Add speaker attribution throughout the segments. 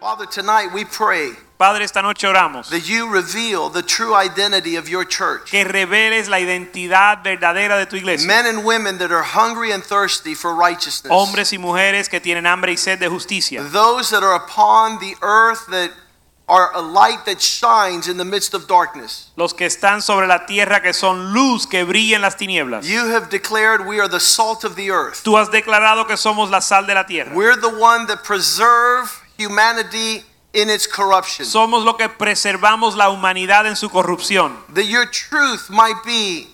Speaker 1: Father, tonight we pray
Speaker 2: Padre, esta noche oramos
Speaker 1: that you reveal the true identity of your church.
Speaker 2: que reveles la identidad verdadera de tu iglesia.
Speaker 1: Men and women that are hungry and thirsty for righteousness.
Speaker 2: Hombres y mujeres que tienen hambre y sed de justicia.
Speaker 1: Those that are upon the earth that are a light that shines in the midst of darkness.
Speaker 2: Los que están sobre la tierra que son luz que brilla en las tinieblas.
Speaker 1: You have declared we are the salt of the earth.
Speaker 2: Tú has declarado que somos la sal de la tierra.
Speaker 1: We're the one that preserve humanity in its corruption.
Speaker 2: Somos lo que preservamos la humanidad en su corrupción.
Speaker 1: that your truth might be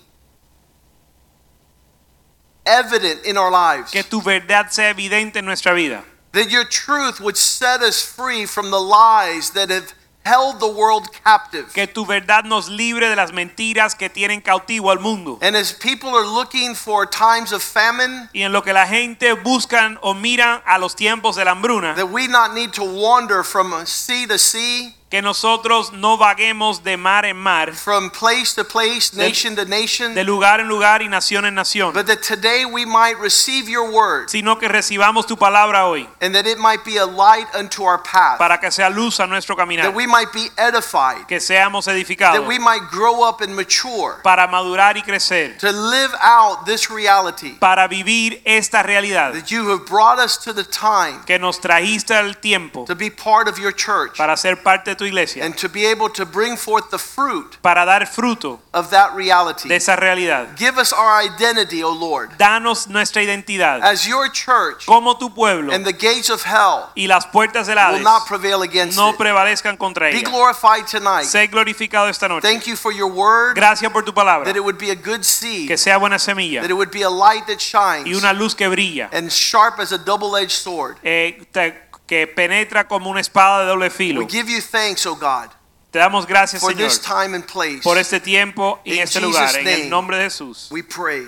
Speaker 1: evident in our lives.
Speaker 2: Que tu verdad sea evidente en nuestra vida.
Speaker 1: that your truth would set us free from the lies that have held the world captive.
Speaker 2: Que tu verdad nos libre de las mentiras que tienen cautivo al mundo.
Speaker 1: And as people are looking for times of famine,
Speaker 2: Y en lo que la gente buscan o miran a los tiempos de la hambruna.
Speaker 1: that we not need to wander from sea to sea,
Speaker 2: que nosotros no vaguemos de mar en mar,
Speaker 1: from place to place, nation to
Speaker 2: de
Speaker 1: nation,
Speaker 2: lugar en lugar y nación en nación,
Speaker 1: but that today we might receive your word
Speaker 2: sino que recibamos tu palabra hoy
Speaker 1: and that it might be a light unto our path,
Speaker 2: para que sea luz a nuestro caminar,
Speaker 1: that we might be edified,
Speaker 2: que seamos edificados
Speaker 1: that we might grow up and mature.
Speaker 2: para madurar y crecer,
Speaker 1: to live out this reality
Speaker 2: para vivir esta realidad
Speaker 1: that you have brought us to the time
Speaker 2: que nos trajiste al tiempo
Speaker 1: to be part of your church
Speaker 2: para ser parte de tu iglesia,
Speaker 1: and to be able to bring forth the fruit
Speaker 2: para dar fruto
Speaker 1: of that reality.
Speaker 2: de esa realidad.
Speaker 1: Give us our identity, O Lord,
Speaker 2: Danos nuestra identidad
Speaker 1: as your church,
Speaker 2: como tu pueblo
Speaker 1: and the gates of hell
Speaker 2: y las puertas del
Speaker 1: will
Speaker 2: Hades
Speaker 1: not prevail against
Speaker 2: no
Speaker 1: it.
Speaker 2: prevalezcan contra
Speaker 1: Be
Speaker 2: ella.
Speaker 1: glorified tonight.
Speaker 2: Sé glorificado esta noche.
Speaker 1: Thank you for your word,
Speaker 2: Gracias por tu palabra.
Speaker 1: that it would be a good seed,
Speaker 2: que sea buena semilla
Speaker 1: that it would be a light that
Speaker 2: y
Speaker 1: shines
Speaker 2: una luz que brilla,
Speaker 1: and sharp as a double edged sword.
Speaker 2: eh, te- que penetra como una espada de
Speaker 1: We
Speaker 2: doble filo.
Speaker 1: give you thanks, O God,
Speaker 2: Te damos gracias,
Speaker 1: for
Speaker 2: Señor,
Speaker 1: this time and place.
Speaker 2: por este tiempo y
Speaker 1: In
Speaker 2: este
Speaker 1: Jesus'
Speaker 2: lugar. En
Speaker 1: name.
Speaker 2: el nombre de Jesús,
Speaker 1: We pray.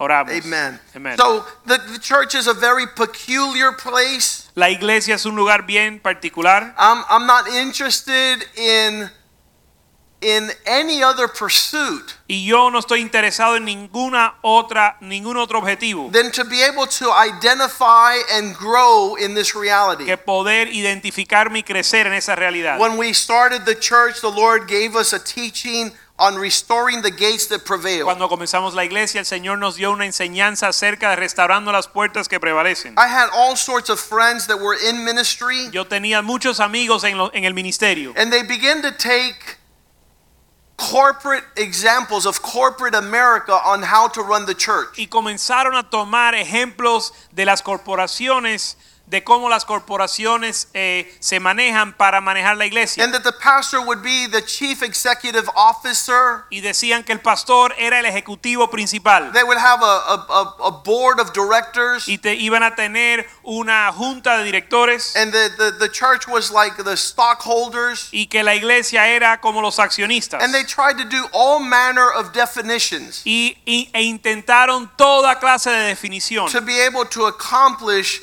Speaker 2: oramos.
Speaker 1: Amen.
Speaker 2: Amen.
Speaker 1: So the, the church is a very peculiar place.
Speaker 2: La iglesia es un lugar bien particular.
Speaker 1: I'm, I'm not interested in in any other pursuit
Speaker 2: Y yo no estoy interesado en ninguna otra, ningún otro objetivo
Speaker 1: than to be able to identify and grow in this reality.
Speaker 2: que poder identificarme y crecer en esa realidad.
Speaker 1: When we started the church, the Lord gave us a teaching on restoring the gates that prevail.
Speaker 2: Cuando comenzamos la iglesia, el Señor nos dio una enseñanza acerca de restaurando las puertas que prevalecen.
Speaker 1: I had all sorts of friends that were in ministry,
Speaker 2: Yo tenía muchos amigos en, lo- en el ministerio.
Speaker 1: and they began to take corporate examples of corporate America on how to run the church.
Speaker 2: y comenzaron a tomar ejemplos de las corporaciones, de cómo las corporaciones eh, se manejan para manejar la iglesia.
Speaker 1: and that the pastor would be the chief executive officer.
Speaker 2: y decían que el pastor era el ejecutivo principal
Speaker 1: They would have a, a, a, a board of directors,
Speaker 2: y te iban a tener una junta de directores
Speaker 1: and the, the, the church was like the stockholders.
Speaker 2: y que la iglesia era como los accionistas.
Speaker 1: And they tried to do all manner of definitions
Speaker 2: y, y- e intentaron toda clase de definición
Speaker 1: to be able to accomplish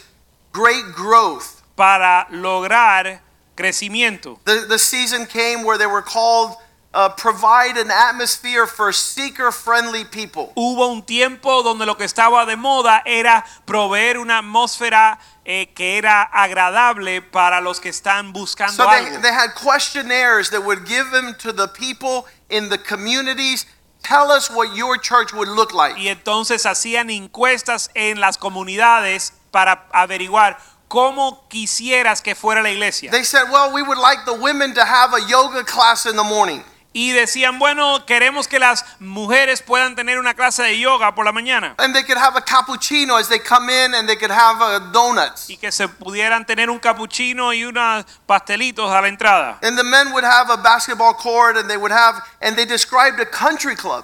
Speaker 1: great growth.
Speaker 2: para lograr crecimiento.
Speaker 1: The, the season came where they were called uh, provide an atmosphere for seeker friendly people.
Speaker 2: Hubo un tiempo donde lo que estaba de moda era proveer una atmósfera eh, que era agradable para los que están buscando
Speaker 1: So
Speaker 2: algo.
Speaker 1: they, they had questionnaires that would give them to the people in the communities. Tell us what your church would look like.
Speaker 2: y entonces hacían encuestas en las comunidades para averiguar cómo quisieras que fuera la iglesia.
Speaker 1: They said, well, we would like the women to have a yoga class in the morning.
Speaker 2: y decían, bueno, queremos que las mujeres puedan tener una clase de yoga por la mañana
Speaker 1: And they could have a cappuccino as they come in, and they could have uh, donuts.
Speaker 2: y que se pudieran tener un capuchino y unos pastelitos a la entrada.
Speaker 1: And the men would have a basketball court, and they would have, and they described a country club.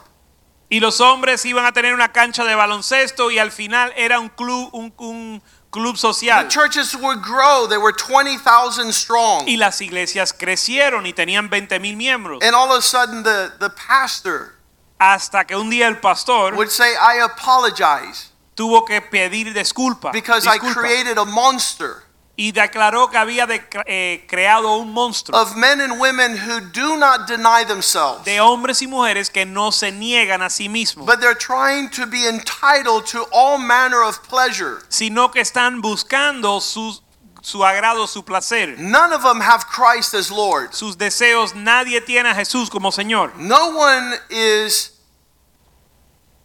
Speaker 2: Y los hombres iban a tener una cancha de baloncesto y al final era un club, un, un club
Speaker 1: The
Speaker 2: social.
Speaker 1: churches would grow. They were 20,000 strong.
Speaker 2: Y las iglesias crecieron y tenían 20 mil miembros.
Speaker 1: And all of a sudden, the, the pastor
Speaker 2: hasta que un día el pastor
Speaker 1: would say, I apologize
Speaker 2: tuvo que pedir disculpa,
Speaker 1: because I
Speaker 2: disculpa,
Speaker 1: created a monster
Speaker 2: y declaró que había de- eh, creado un monstruo
Speaker 1: of men and women who do not deny themselves,
Speaker 2: de hombres y mujeres que no se niegan a sí mismos,
Speaker 1: but they're trying to be entitled to all manner of pleasure.
Speaker 2: sino que están buscando su, su agrado, su placer,
Speaker 1: None of them have Christ as Lord.
Speaker 2: sus deseos. Nadie tiene a Jesús como Señor.
Speaker 1: No one is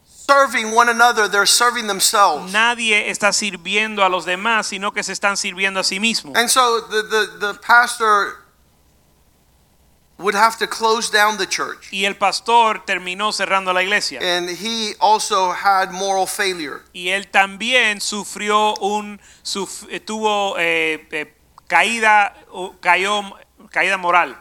Speaker 1: serving one another, they're serving themselves.
Speaker 2: Nadie está sirviendo a los demás, sino que se están sirviendo a sí mismos.
Speaker 1: And so the, the, the pastor would have to close down the church.
Speaker 2: Y el pastor terminó cerrando la iglesia.
Speaker 1: And he also had moral failure.
Speaker 2: Y él también sufrió un suf- eh, tuvo eh, eh, caída o cayó caída moral.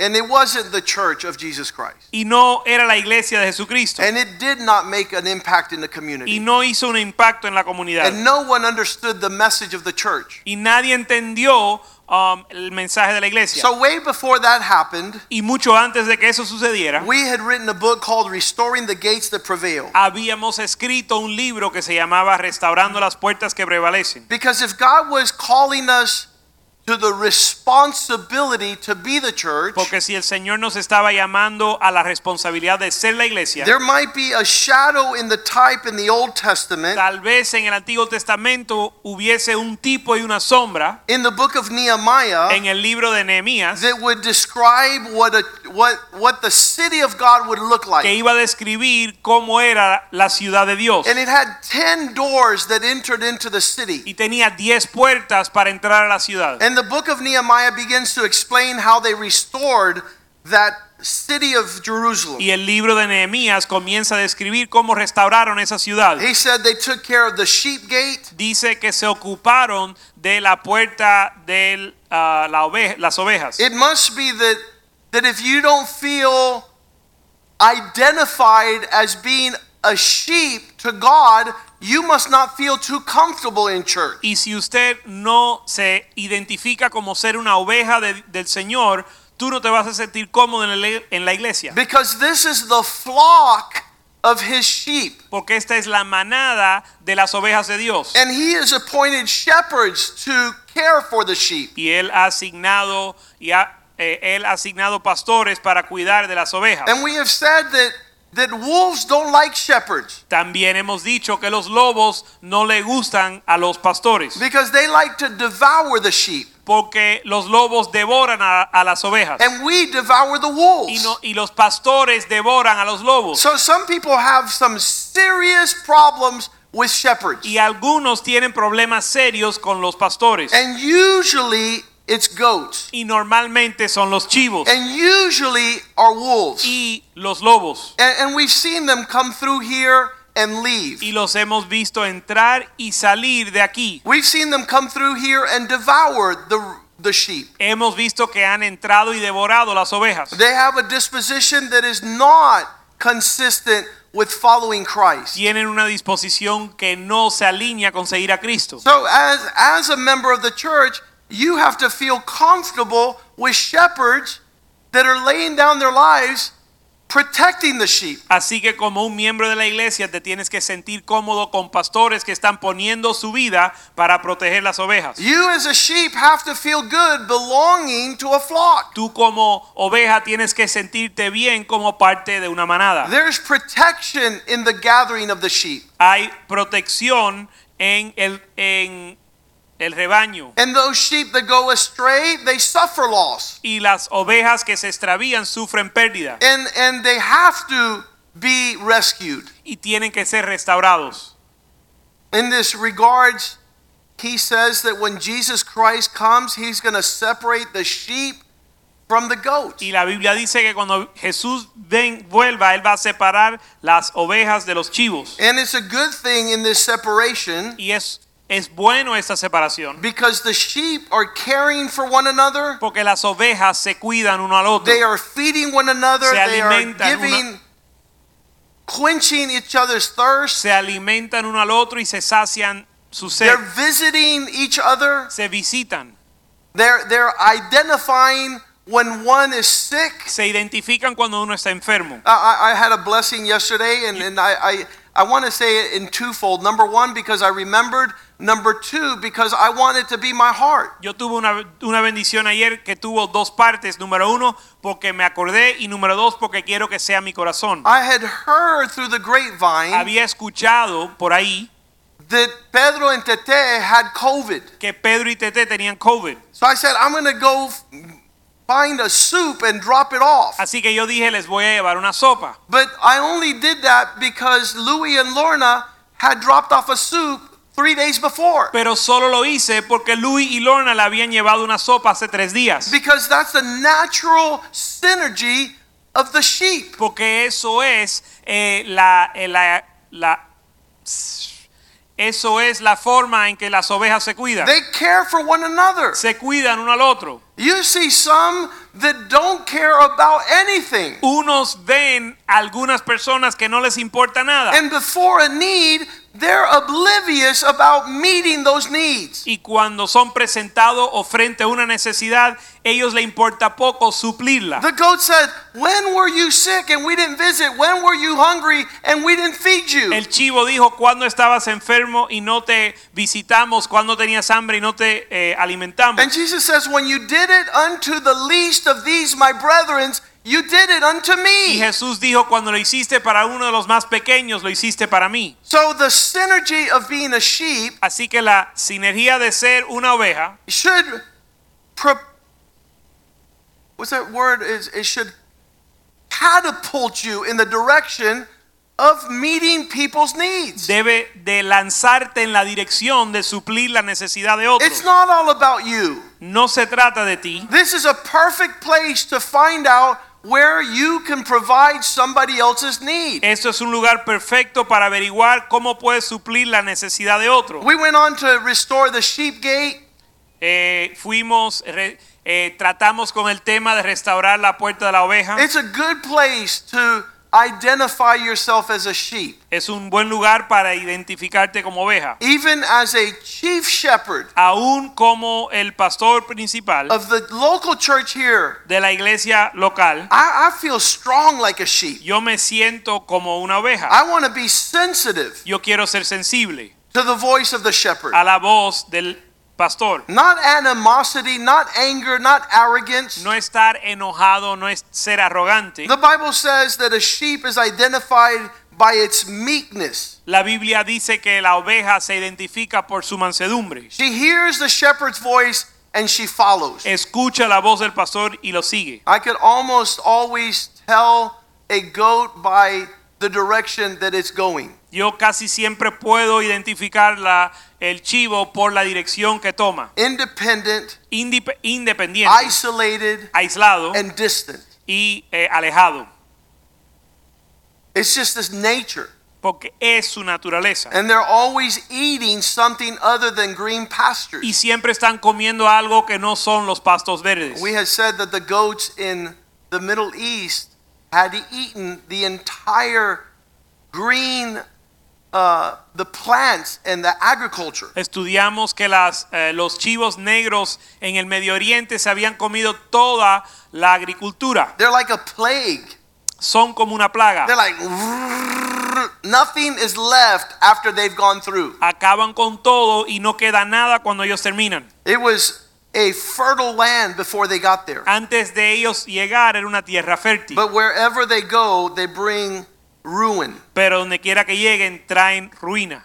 Speaker 1: And it wasn't the church of Jesus Christ.
Speaker 2: Y no era la iglesia de Jesucristo.
Speaker 1: And it did not make an impact in the
Speaker 2: Y
Speaker 1: community.
Speaker 2: no hizo un impacto en la comunidad.
Speaker 1: And no one understood the message of the church.
Speaker 2: Y nadie entendió um, el mensaje de la iglesia.
Speaker 1: So, way before that happened,
Speaker 2: y mucho antes de que eso sucediera,
Speaker 1: we had written a book called Restoring the Gates That Prevail.
Speaker 2: habíamos escrito un libro que se llamaba Restaurando las puertas que prevalecen.
Speaker 1: Because if God was calling us to the responsibility to be the church,
Speaker 2: Porque si el Señor nos estaba llamando a la responsabilidad de ser la iglesia,
Speaker 1: there might be a shadow in the type in the Old Testament.
Speaker 2: tal vez en el Antiguo Testamento hubiese un tipo y una sombra
Speaker 1: In the book of Nehemiah,
Speaker 2: en el libro de Nehemías
Speaker 1: that would describe what a what what the city of God would look like.
Speaker 2: que iba a describir cómo era la ciudad de Dios.
Speaker 1: And it had 10 doors that entered into the city.
Speaker 2: Y tenía 10 puertas para entrar a la ciudad.
Speaker 1: And the book of Nehemiah begins to explain how they restored that city of Jerusalem.
Speaker 2: Y el libro de Nehemías comienza a describir cómo restauraron esa ciudad.
Speaker 1: He said they took care of the sheep gate,
Speaker 2: Dice que se ocuparon de la puerta de las ovejas.
Speaker 1: It must be that that if you don't feel identified as being a sheep to God, you must not feel too comfortable in church.
Speaker 2: Y si usted no se identifica como ser una oveja de- del Señor, tú no te vas a sentir cómodo en la, en la iglesia.
Speaker 1: Because this is the flock of his sheep.
Speaker 2: Porque esta es la manada de las ovejas de Dios.
Speaker 1: And he has appointed shepherds to care for the sheep.
Speaker 2: Y Él ha asignado, y ha- eh, él ha asignado pastores para cuidar de las ovejas.
Speaker 1: And we have said that that wolves don't like shepherds
Speaker 2: También hemos dicho que los lobos no le gustan a los pastores.
Speaker 1: because they like to devour the sheep.
Speaker 2: Porque los lobos devoran a, a las ovejas.
Speaker 1: And we devour the
Speaker 2: Y,
Speaker 1: wolves.
Speaker 2: no- y los pastores devoran a los lobos.
Speaker 1: So some people have some serious problems with shepherds.
Speaker 2: Y algunos tienen problemas serios con los pastores.
Speaker 1: And usually it's goats.
Speaker 2: y normalmente son los chivos
Speaker 1: And usually are wolves. And,
Speaker 2: y los lobos
Speaker 1: and we've seen them come through here and
Speaker 2: y
Speaker 1: leave.
Speaker 2: los hemos visto entrar y salir de aquí.
Speaker 1: We've seen them come through here and devour the, the sheep.
Speaker 2: Hemos visto que han entrado y devorado las ovejas.
Speaker 1: They have a disposition that is not consistent with following Christ.
Speaker 2: Tienen una disposición que no se alinea con seguir a Cristo.
Speaker 1: So as, as a member of the church, you have to feel comfortable with shepherds that are laying down their lives protecting the sheep.
Speaker 2: Así que como un miembro de la iglesia te tienes que sentir cómodo con pastores que están poniendo su vida para proteger las ovejas.
Speaker 1: You as a sheep have to feel good belonging to a flock.
Speaker 2: Tú como oveja tienes que sentirte bien como parte de una manada.
Speaker 1: There's protection in the gathering of the sheep.
Speaker 2: Hay protección en el, en el rebaño.
Speaker 1: And those sheep that go astray, they suffer loss.
Speaker 2: y las ovejas que se extravían sufren pérdida
Speaker 1: And and they have to be rescued.
Speaker 2: y tienen que ser restaurados.
Speaker 1: In this regards, he says that when Jesus Christ comes, he's going to separate the sheep from the goats.
Speaker 2: Y la Biblia dice que cuando Jesús ven- vuelva, Él va a separar las ovejas de los chivos.
Speaker 1: And it's a good thing in this separation
Speaker 2: Y es, es bueno esta separación,
Speaker 1: because the sheep are caring for one another,
Speaker 2: porque las ovejas se cuidan uno al otro,
Speaker 1: they are feeding one another,
Speaker 2: Se
Speaker 1: they are
Speaker 2: alimentan
Speaker 1: giving,
Speaker 2: una-
Speaker 1: quenching each other's thirst,
Speaker 2: se alimentan uno al otro y se sacian su sed,
Speaker 1: they're visiting each other,
Speaker 2: se visitan,
Speaker 1: they're, they're identifying when one is sick.
Speaker 2: Se identifican cuando uno está enfermo.
Speaker 1: I, I- I had a blessing yesterday, and, and I, I, I want to say it in twofold. Number one, because I remembered. Number two, because I want it to be my heart.
Speaker 2: Yo tuve una, una bendición ayer que tuvo dos partes. Número uno, porque me acordé. Y número dos, porque quiero que sea mi corazón.
Speaker 1: I had heard through the grapevine
Speaker 2: Había escuchado por ahí
Speaker 1: that Pedro and Tete had COVID.
Speaker 2: que Pedro y Tete tenían COVID.
Speaker 1: So I said, I'm going to go f- find a soup and drop it off.
Speaker 2: Así que yo dije, les voy a llevar una sopa.
Speaker 1: But I only did that because Louis and Lorna had dropped off a soup three days before.
Speaker 2: Pero solo lo hice porque Luis y Lorna le habían llevado una sopa hace tres días.
Speaker 1: Because that's the natural synergy of the sheep.
Speaker 2: Porque eso es eh, la, eh, la- la- eso es la forma en que las ovejas se cuidan.
Speaker 1: They care for one another.
Speaker 2: se cuidan uno al otro.
Speaker 1: You see some that don't care about anything.
Speaker 2: Unos ven a algunas personas que no les importa nada.
Speaker 1: And before a need, they're oblivious about meeting those needs.
Speaker 2: y cuando son presentados o frente a una necesidad, ellos le importa poco suplirla.
Speaker 1: The goat said, When were you sick and we didn't visit? When were you hungry and we didn't feed you?
Speaker 2: El chivo dijo, cuando estabas enfermo y no te visitamos, cuando tenías hambre y no te eh, alimentamos.
Speaker 1: And Jesus says, When you did it unto the least of these, my brethren, you did it unto
Speaker 2: Y
Speaker 1: me.
Speaker 2: Jesús dijo, cuando lo hiciste para uno de los más pequeños, lo hiciste para mí.
Speaker 1: So the synergy of being a sheep
Speaker 2: Así que la sinergia de ser una oveja
Speaker 1: should. Pre- What's that word? Is It should catapult you in the direction of meeting people's needs.
Speaker 2: debe de lanzarte en la dirección de suplir la necesidad de
Speaker 1: It's
Speaker 2: otros.
Speaker 1: not all about you.
Speaker 2: No se trata de ti.
Speaker 1: This is a perfect place to find out where you can provide somebody else's need.
Speaker 2: Esto es un lugar perfecto para averiguar cómo puedes suplir la necesidad de otro.
Speaker 1: We went on to restore the sheep gate,
Speaker 2: Eh, fuimos, re- eh, tratamos con el tema de restaurar la puerta de la oveja.
Speaker 1: It's a good place to identify yourself as a sheep.
Speaker 2: Es un buen lugar para identificarte como oveja.
Speaker 1: Even as a chief shepherd
Speaker 2: Aún como el pastor principal
Speaker 1: of the local church here,
Speaker 2: de la iglesia local,
Speaker 1: I, I feel strong like a sheep.
Speaker 2: yo me siento como una oveja.
Speaker 1: I want to be sensitive
Speaker 2: Yo quiero ser sensible
Speaker 1: to the voice of the shepherd.
Speaker 2: a la voz del pastor.
Speaker 1: Not animosity, not anger, not arrogance.
Speaker 2: No estar enojado, no es ser arrogante.
Speaker 1: The Bible says that a sheep is identified by its meekness.
Speaker 2: La Biblia dice que la oveja se identifica por su mansedumbre.
Speaker 1: She hears the shepherd's voice and she follows.
Speaker 2: Escucha la voz del pastor y lo sigue.
Speaker 1: I could almost always tell a goat by the direction that it's going.
Speaker 2: Yo casi siempre puedo identificar la- el chivo por la dirección que toma.
Speaker 1: Independent,
Speaker 2: Indip- independiente,
Speaker 1: isolated,
Speaker 2: aislado
Speaker 1: and distant.
Speaker 2: y eh, alejado.
Speaker 1: It's just this nature.
Speaker 2: Porque es su naturaleza.
Speaker 1: And they're always eating something other than green
Speaker 2: Y
Speaker 1: pastures.
Speaker 2: siempre están comiendo algo que no son los pastos verdes.
Speaker 1: We had said that the goats in the Middle East had eaten the entire green, uh, the plants and the agriculture.
Speaker 2: Estudiamos que las, eh, los chivos negros en el Medio Oriente se habían comido toda la agricultura.
Speaker 1: They're like a plague.
Speaker 2: Son como una plaga.
Speaker 1: They're like, "Vrrr." nothing is left after they've gone through.
Speaker 2: Acaban con todo y no queda nada cuando ellos terminan.
Speaker 1: It was a fertile land before they got there.
Speaker 2: Antes de ellos llegar era una tierra fértil.
Speaker 1: But wherever they go, they bring ruin.
Speaker 2: pero donde quiera que lleguen traen ruina.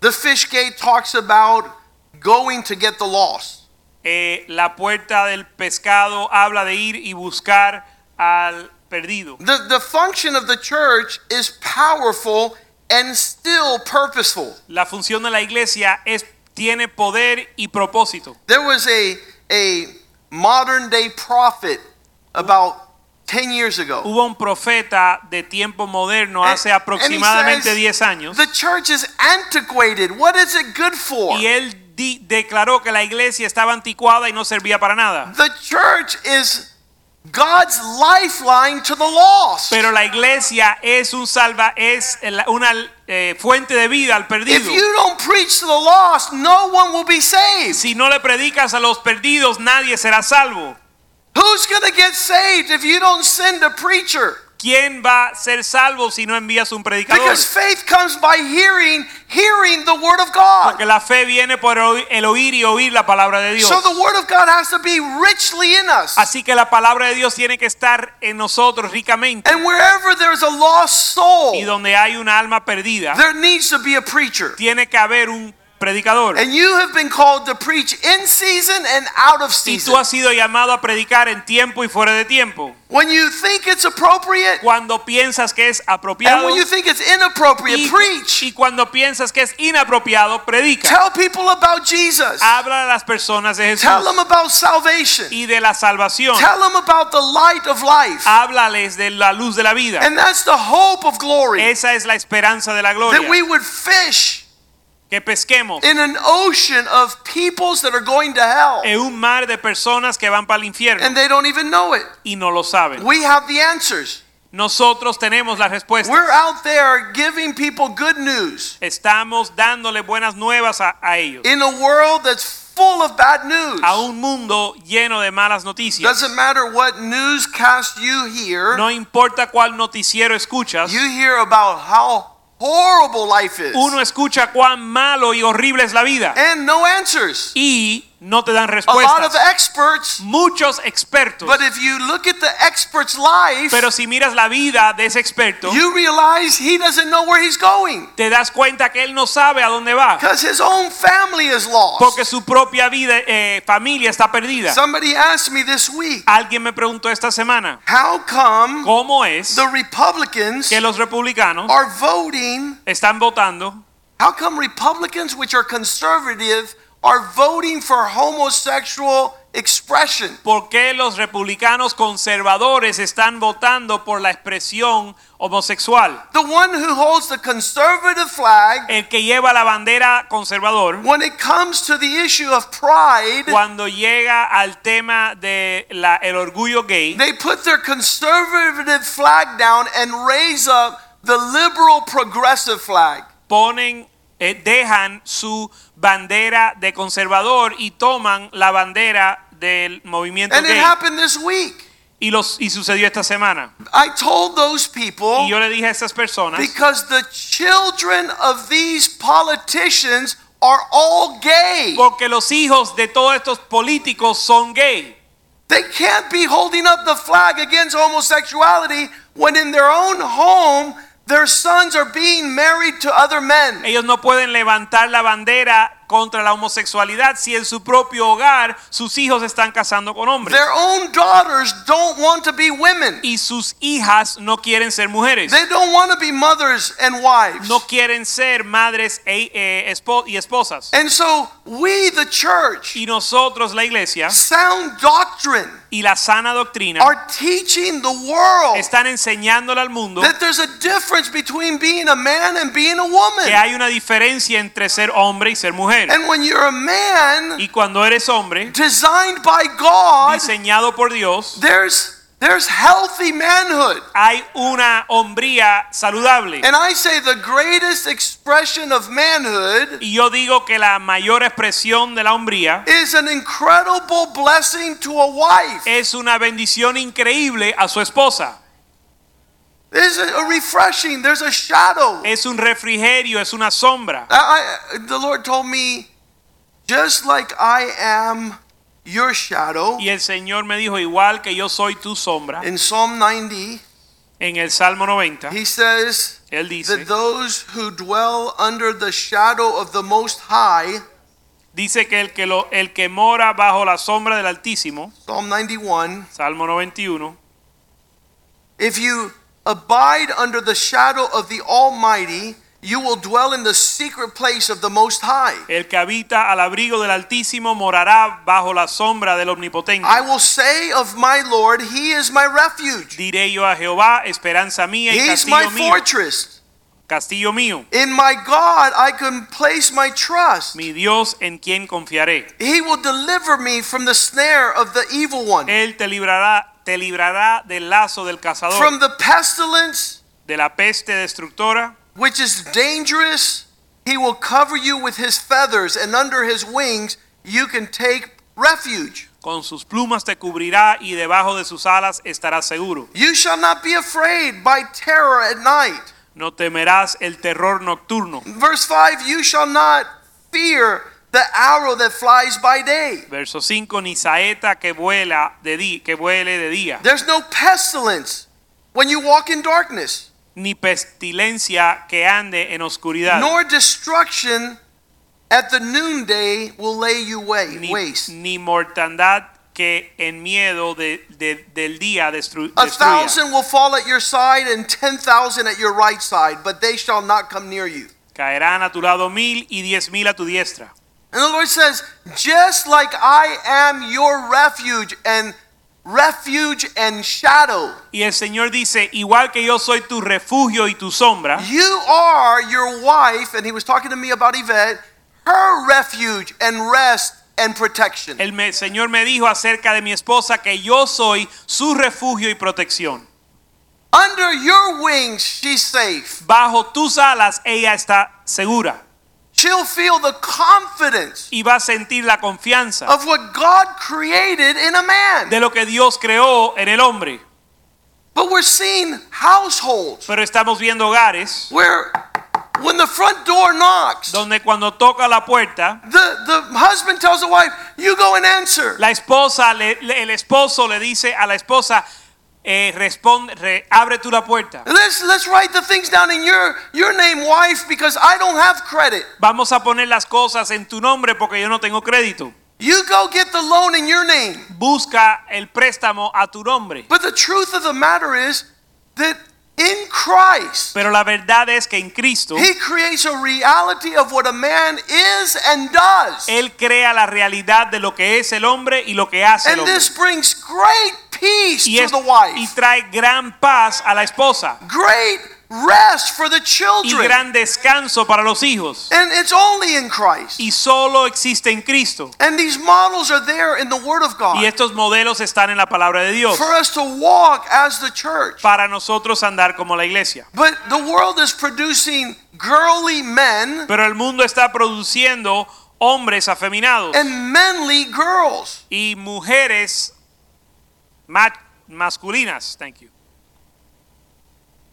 Speaker 1: The fish gate talks about going to get the lost.
Speaker 2: Eh, la puerta del pescado habla de ir y buscar al perdido.
Speaker 1: The, the function of the church is powerful and still purposeful.
Speaker 2: La función de la iglesia es tiene poder y propósito.
Speaker 1: There was a, a modern day prophet about 10 years ago.
Speaker 2: Hubo un profeta de tiempo moderno
Speaker 1: And-
Speaker 2: hace
Speaker 1: Eh, and he
Speaker 2: aproximadamente
Speaker 1: says,
Speaker 2: 10 años
Speaker 1: The church is antiquated. What is it good for?
Speaker 2: y él di- declaró que la iglesia estaba anticuada y no servía para nada.
Speaker 1: The church is God's lifeline to the lost.
Speaker 2: Pero la iglesia es un salva es el- una eh, fuente de vida al
Speaker 1: if
Speaker 2: perdido.
Speaker 1: you don't preach to the lost, no one will be saved.
Speaker 2: Si no le predicas a los perdidos, nadie será salvo.
Speaker 1: Who's going to get saved if you don't send a preacher?
Speaker 2: ¿Quién va a ser salvo si no envías un predicador?
Speaker 1: Because faith comes by hearing, hearing the word of God.
Speaker 2: Porque la fe viene por oí- el oír y oír la palabra de Dios.
Speaker 1: So the word of God has to be richly in us.
Speaker 2: Así que la palabra de Dios tiene que estar en nosotros ricamente.
Speaker 1: And wherever there's a lost
Speaker 2: Y
Speaker 1: soul,
Speaker 2: donde hay una alma perdida,
Speaker 1: there needs to be a preacher.
Speaker 2: tiene que haber un predicador.
Speaker 1: And you have been called to preach in season and out of
Speaker 2: Y
Speaker 1: season.
Speaker 2: tú has sido llamado a predicar en tiempo y fuera de tiempo.
Speaker 1: When you think it's appropriate
Speaker 2: Cuando piensas que es
Speaker 1: and
Speaker 2: apropiado
Speaker 1: when you think it's inappropriate,
Speaker 2: y,
Speaker 1: preach.
Speaker 2: y cuando piensas que es inapropiado, predica.
Speaker 1: Tell people about Jesus.
Speaker 2: Habla a las personas de Jesús
Speaker 1: Tell them about salvation.
Speaker 2: y de la salvación.
Speaker 1: Tell them about the light of life.
Speaker 2: Háblales de la luz de la vida.
Speaker 1: And that's the hope of glory
Speaker 2: Esa es la esperanza de la
Speaker 1: that
Speaker 2: gloria.
Speaker 1: we would fish
Speaker 2: Que pesquemos
Speaker 1: in an ocean of peoples that are going to hell
Speaker 2: en un mar de personas que van para el infierno
Speaker 1: and they don't even know it.
Speaker 2: y no lo saben.
Speaker 1: We have the answers.
Speaker 2: Nosotros tenemos la respuesta.
Speaker 1: We're out there giving people good news
Speaker 2: Estamos dándole buenas nuevas a, a ellos.
Speaker 1: in a world that's full of bad news.
Speaker 2: A un mundo lleno de malas noticias.
Speaker 1: Doesn't matter what newscast you hear,
Speaker 2: No importa cuál noticiero escuchas.
Speaker 1: you hear about how horrible life is
Speaker 2: Uno escucha cuán malo y horrible es la vida
Speaker 1: and no answers.
Speaker 2: y no te dan
Speaker 1: A lot of
Speaker 2: respuestas.
Speaker 1: experts,
Speaker 2: Muchos expertos.
Speaker 1: but if you look at the expert's life,
Speaker 2: Pero si miras la vida de ese experto,
Speaker 1: you realize he doesn't know where he's going
Speaker 2: te das cuenta que él no sabe a dónde va
Speaker 1: because his own family is
Speaker 2: porque
Speaker 1: lost.
Speaker 2: su propia vida, eh, familia está perdida.
Speaker 1: Somebody asked me this week,
Speaker 2: Alguien me preguntó esta semana,
Speaker 1: how come
Speaker 2: ¿cómo es
Speaker 1: the Republicans
Speaker 2: que los republicanos
Speaker 1: are voting?
Speaker 2: están votando?
Speaker 1: How come Republicans, which are conservative, are voting for homosexual expression?
Speaker 2: ¿Por qué los republicanos conservadores están votando por la expresión homosexual?
Speaker 1: The one who holds the conservative flag,
Speaker 2: El que lleva la bandera conservador,
Speaker 1: when it comes to the issue of pride,
Speaker 2: cuando llega al tema de la, el orgullo gay,
Speaker 1: they put their conservative flag down and raise up the liberal progressive flag.
Speaker 2: ponen, eh, dejan su bandera de conservador y toman la bandera del movimiento
Speaker 1: And it
Speaker 2: gay.
Speaker 1: happened this week.
Speaker 2: Y, los, y sucedió esta semana.
Speaker 1: I told those people
Speaker 2: Y yo le dije a estas personas,
Speaker 1: because the children of these politicians are all gay.
Speaker 2: porque los hijos de todos estos políticos son gay.
Speaker 1: They can't be holding up the flag against homosexuality when in their own home their sons are being married to other men.
Speaker 2: Ellos no pueden levantar la bandera contra la homosexualidad si en su propio hogar sus hijos están casando con hombres.
Speaker 1: Their own daughters don't want to be women.
Speaker 2: y sus hijas no quieren ser mujeres.
Speaker 1: They don't want to be mothers and wives.
Speaker 2: No quieren ser madres e- eh, espo- y esposas.
Speaker 1: And so we, the church,
Speaker 2: Y nosotros, la iglesia
Speaker 1: sound doctrine
Speaker 2: y la sana doctrina,
Speaker 1: are teaching the world
Speaker 2: están enseñándole al mundo
Speaker 1: that there's a difference between being a man and being a
Speaker 2: que
Speaker 1: woman.
Speaker 2: hay una diferencia entre ser hombre y ser mujer.
Speaker 1: And when you're a man
Speaker 2: Y cuando eres hombre,
Speaker 1: designed by God,
Speaker 2: diseñado por Dios,
Speaker 1: there's there's healthy manhood.
Speaker 2: hay una hombría saludable.
Speaker 1: And I say the greatest expression of manhood
Speaker 2: Y yo digo que la mayor expresión de la hombría
Speaker 1: is an incredible blessing to a wife.
Speaker 2: es una bendición increíble a su esposa.
Speaker 1: There's a, a refreshing, there's a shadow. I,
Speaker 2: Es un refrigerio, es una sombra.
Speaker 1: I, the Lord told me, just like I am your shadow
Speaker 2: Y el Señor me dijo, igual que yo soy tu sombra,
Speaker 1: in Psalm 90,
Speaker 2: en el Salmo 90,
Speaker 1: he says
Speaker 2: Él dice,
Speaker 1: that those who dwell under the shadow of the Most High,
Speaker 2: dice que el que, lo, el que mora bajo la sombra del Altísimo,
Speaker 1: Psalm 91,
Speaker 2: Salmo 91,
Speaker 1: If you abide under the shadow of the Almighty, you will dwell in the secret place of the Most High.
Speaker 2: el que habita al abrigo del Altísimo morará bajo la sombra del Omnipotente.
Speaker 1: I will say of my Lord, He is my refuge.
Speaker 2: Diré yo a Jehová, esperanza mía y
Speaker 1: He's
Speaker 2: castillo
Speaker 1: my
Speaker 2: mío,
Speaker 1: fortress.
Speaker 2: castillo mío,
Speaker 1: In my God, I can place my trust.
Speaker 2: mi Dios en quien confiaré.
Speaker 1: He will deliver me from the snare of the evil one,
Speaker 2: Él te librará, te librará del lazo del
Speaker 1: from
Speaker 2: cazador,
Speaker 1: the pestilence,
Speaker 2: de la peste destructora.
Speaker 1: which is dangerous. He will cover you with His feathers, and under His wings you can take refuge.
Speaker 2: con sus plumas te cubrirá y debajo de sus alas estarás seguro.
Speaker 1: You shall not be afraid by terror at night.
Speaker 2: No temerás el terror nocturno.
Speaker 1: Verse 5 You shall not fear the arrow that flies by day.
Speaker 2: Verso 5, ni saeta que vuela de di- que vuele de día,
Speaker 1: There's no pestilence when you walk in darkness,
Speaker 2: ni pestilencia que ande en oscuridad,
Speaker 1: nor destruction at the noonday will lay you wa-
Speaker 2: ni,
Speaker 1: waste.
Speaker 2: ni mortandad que en miedo de- de- del día destru-
Speaker 1: A
Speaker 2: destruya.
Speaker 1: thousand will fall at your side and ten thousand at your right side, but they shall not come near you.
Speaker 2: Caerán a tu lado mil y diez mil a tu diestra.
Speaker 1: And the Lord says, just like I am your refuge and refuge and shadow,
Speaker 2: Y el Señor dice, igual que yo soy tu refugio y tu sombra,
Speaker 1: you are your wife, and he was talking to me about Yvette, her refuge and rest and protection.
Speaker 2: el me- Señor me dijo acerca de mi esposa que yo soy su refugio y protección.
Speaker 1: Under your wings, she's safe.
Speaker 2: Bajo tus alas ella está segura
Speaker 1: She'll feel the confidence
Speaker 2: y va a sentir la confianza
Speaker 1: of what God created in a man.
Speaker 2: de lo que Dios creó en el hombre.
Speaker 1: But we're seeing households
Speaker 2: Pero estamos viendo hogares
Speaker 1: where when the front door knocks,
Speaker 2: donde cuando toca la puerta,
Speaker 1: the, the husband tells the wife, You go and answer.
Speaker 2: la esposa, le- le- el esposo le dice a la esposa, eh, responde, re- abre tú la puerta.
Speaker 1: Let's, let's write the things down in your, your name, wife, because I don't have credit.
Speaker 2: Vamos a poner las cosas en tu nombre porque yo no tengo crédito.
Speaker 1: You go get the loan in your name.
Speaker 2: Busca el préstamo a tu nombre.
Speaker 1: But the truth of the matter is that in Christ,
Speaker 2: Pero la verdad es que en Cristo,
Speaker 1: He creates a reality of what a man is and does.
Speaker 2: Él crea la realidad de lo que es el hombre y lo que hace el
Speaker 1: And
Speaker 2: hombre.
Speaker 1: this brings great peace
Speaker 2: Y,
Speaker 1: to
Speaker 2: es-
Speaker 1: the
Speaker 2: y
Speaker 1: wife,
Speaker 2: trae gran paz a la esposa
Speaker 1: great rest for the
Speaker 2: y
Speaker 1: children.
Speaker 2: gran descanso para los hijos.
Speaker 1: And it's only in Christ.
Speaker 2: Y solo existe en Cristo.
Speaker 1: And these models are there in the Word of
Speaker 2: Y
Speaker 1: God
Speaker 2: estos modelos están en la palabra de Dios
Speaker 1: for us to walk as the church.
Speaker 2: para nosotros andar como la iglesia.
Speaker 1: But the world is producing girly men
Speaker 2: Pero el mundo está produciendo hombres afeminados
Speaker 1: and manly girls.
Speaker 2: y mujeres ma- masculinas. Thank you.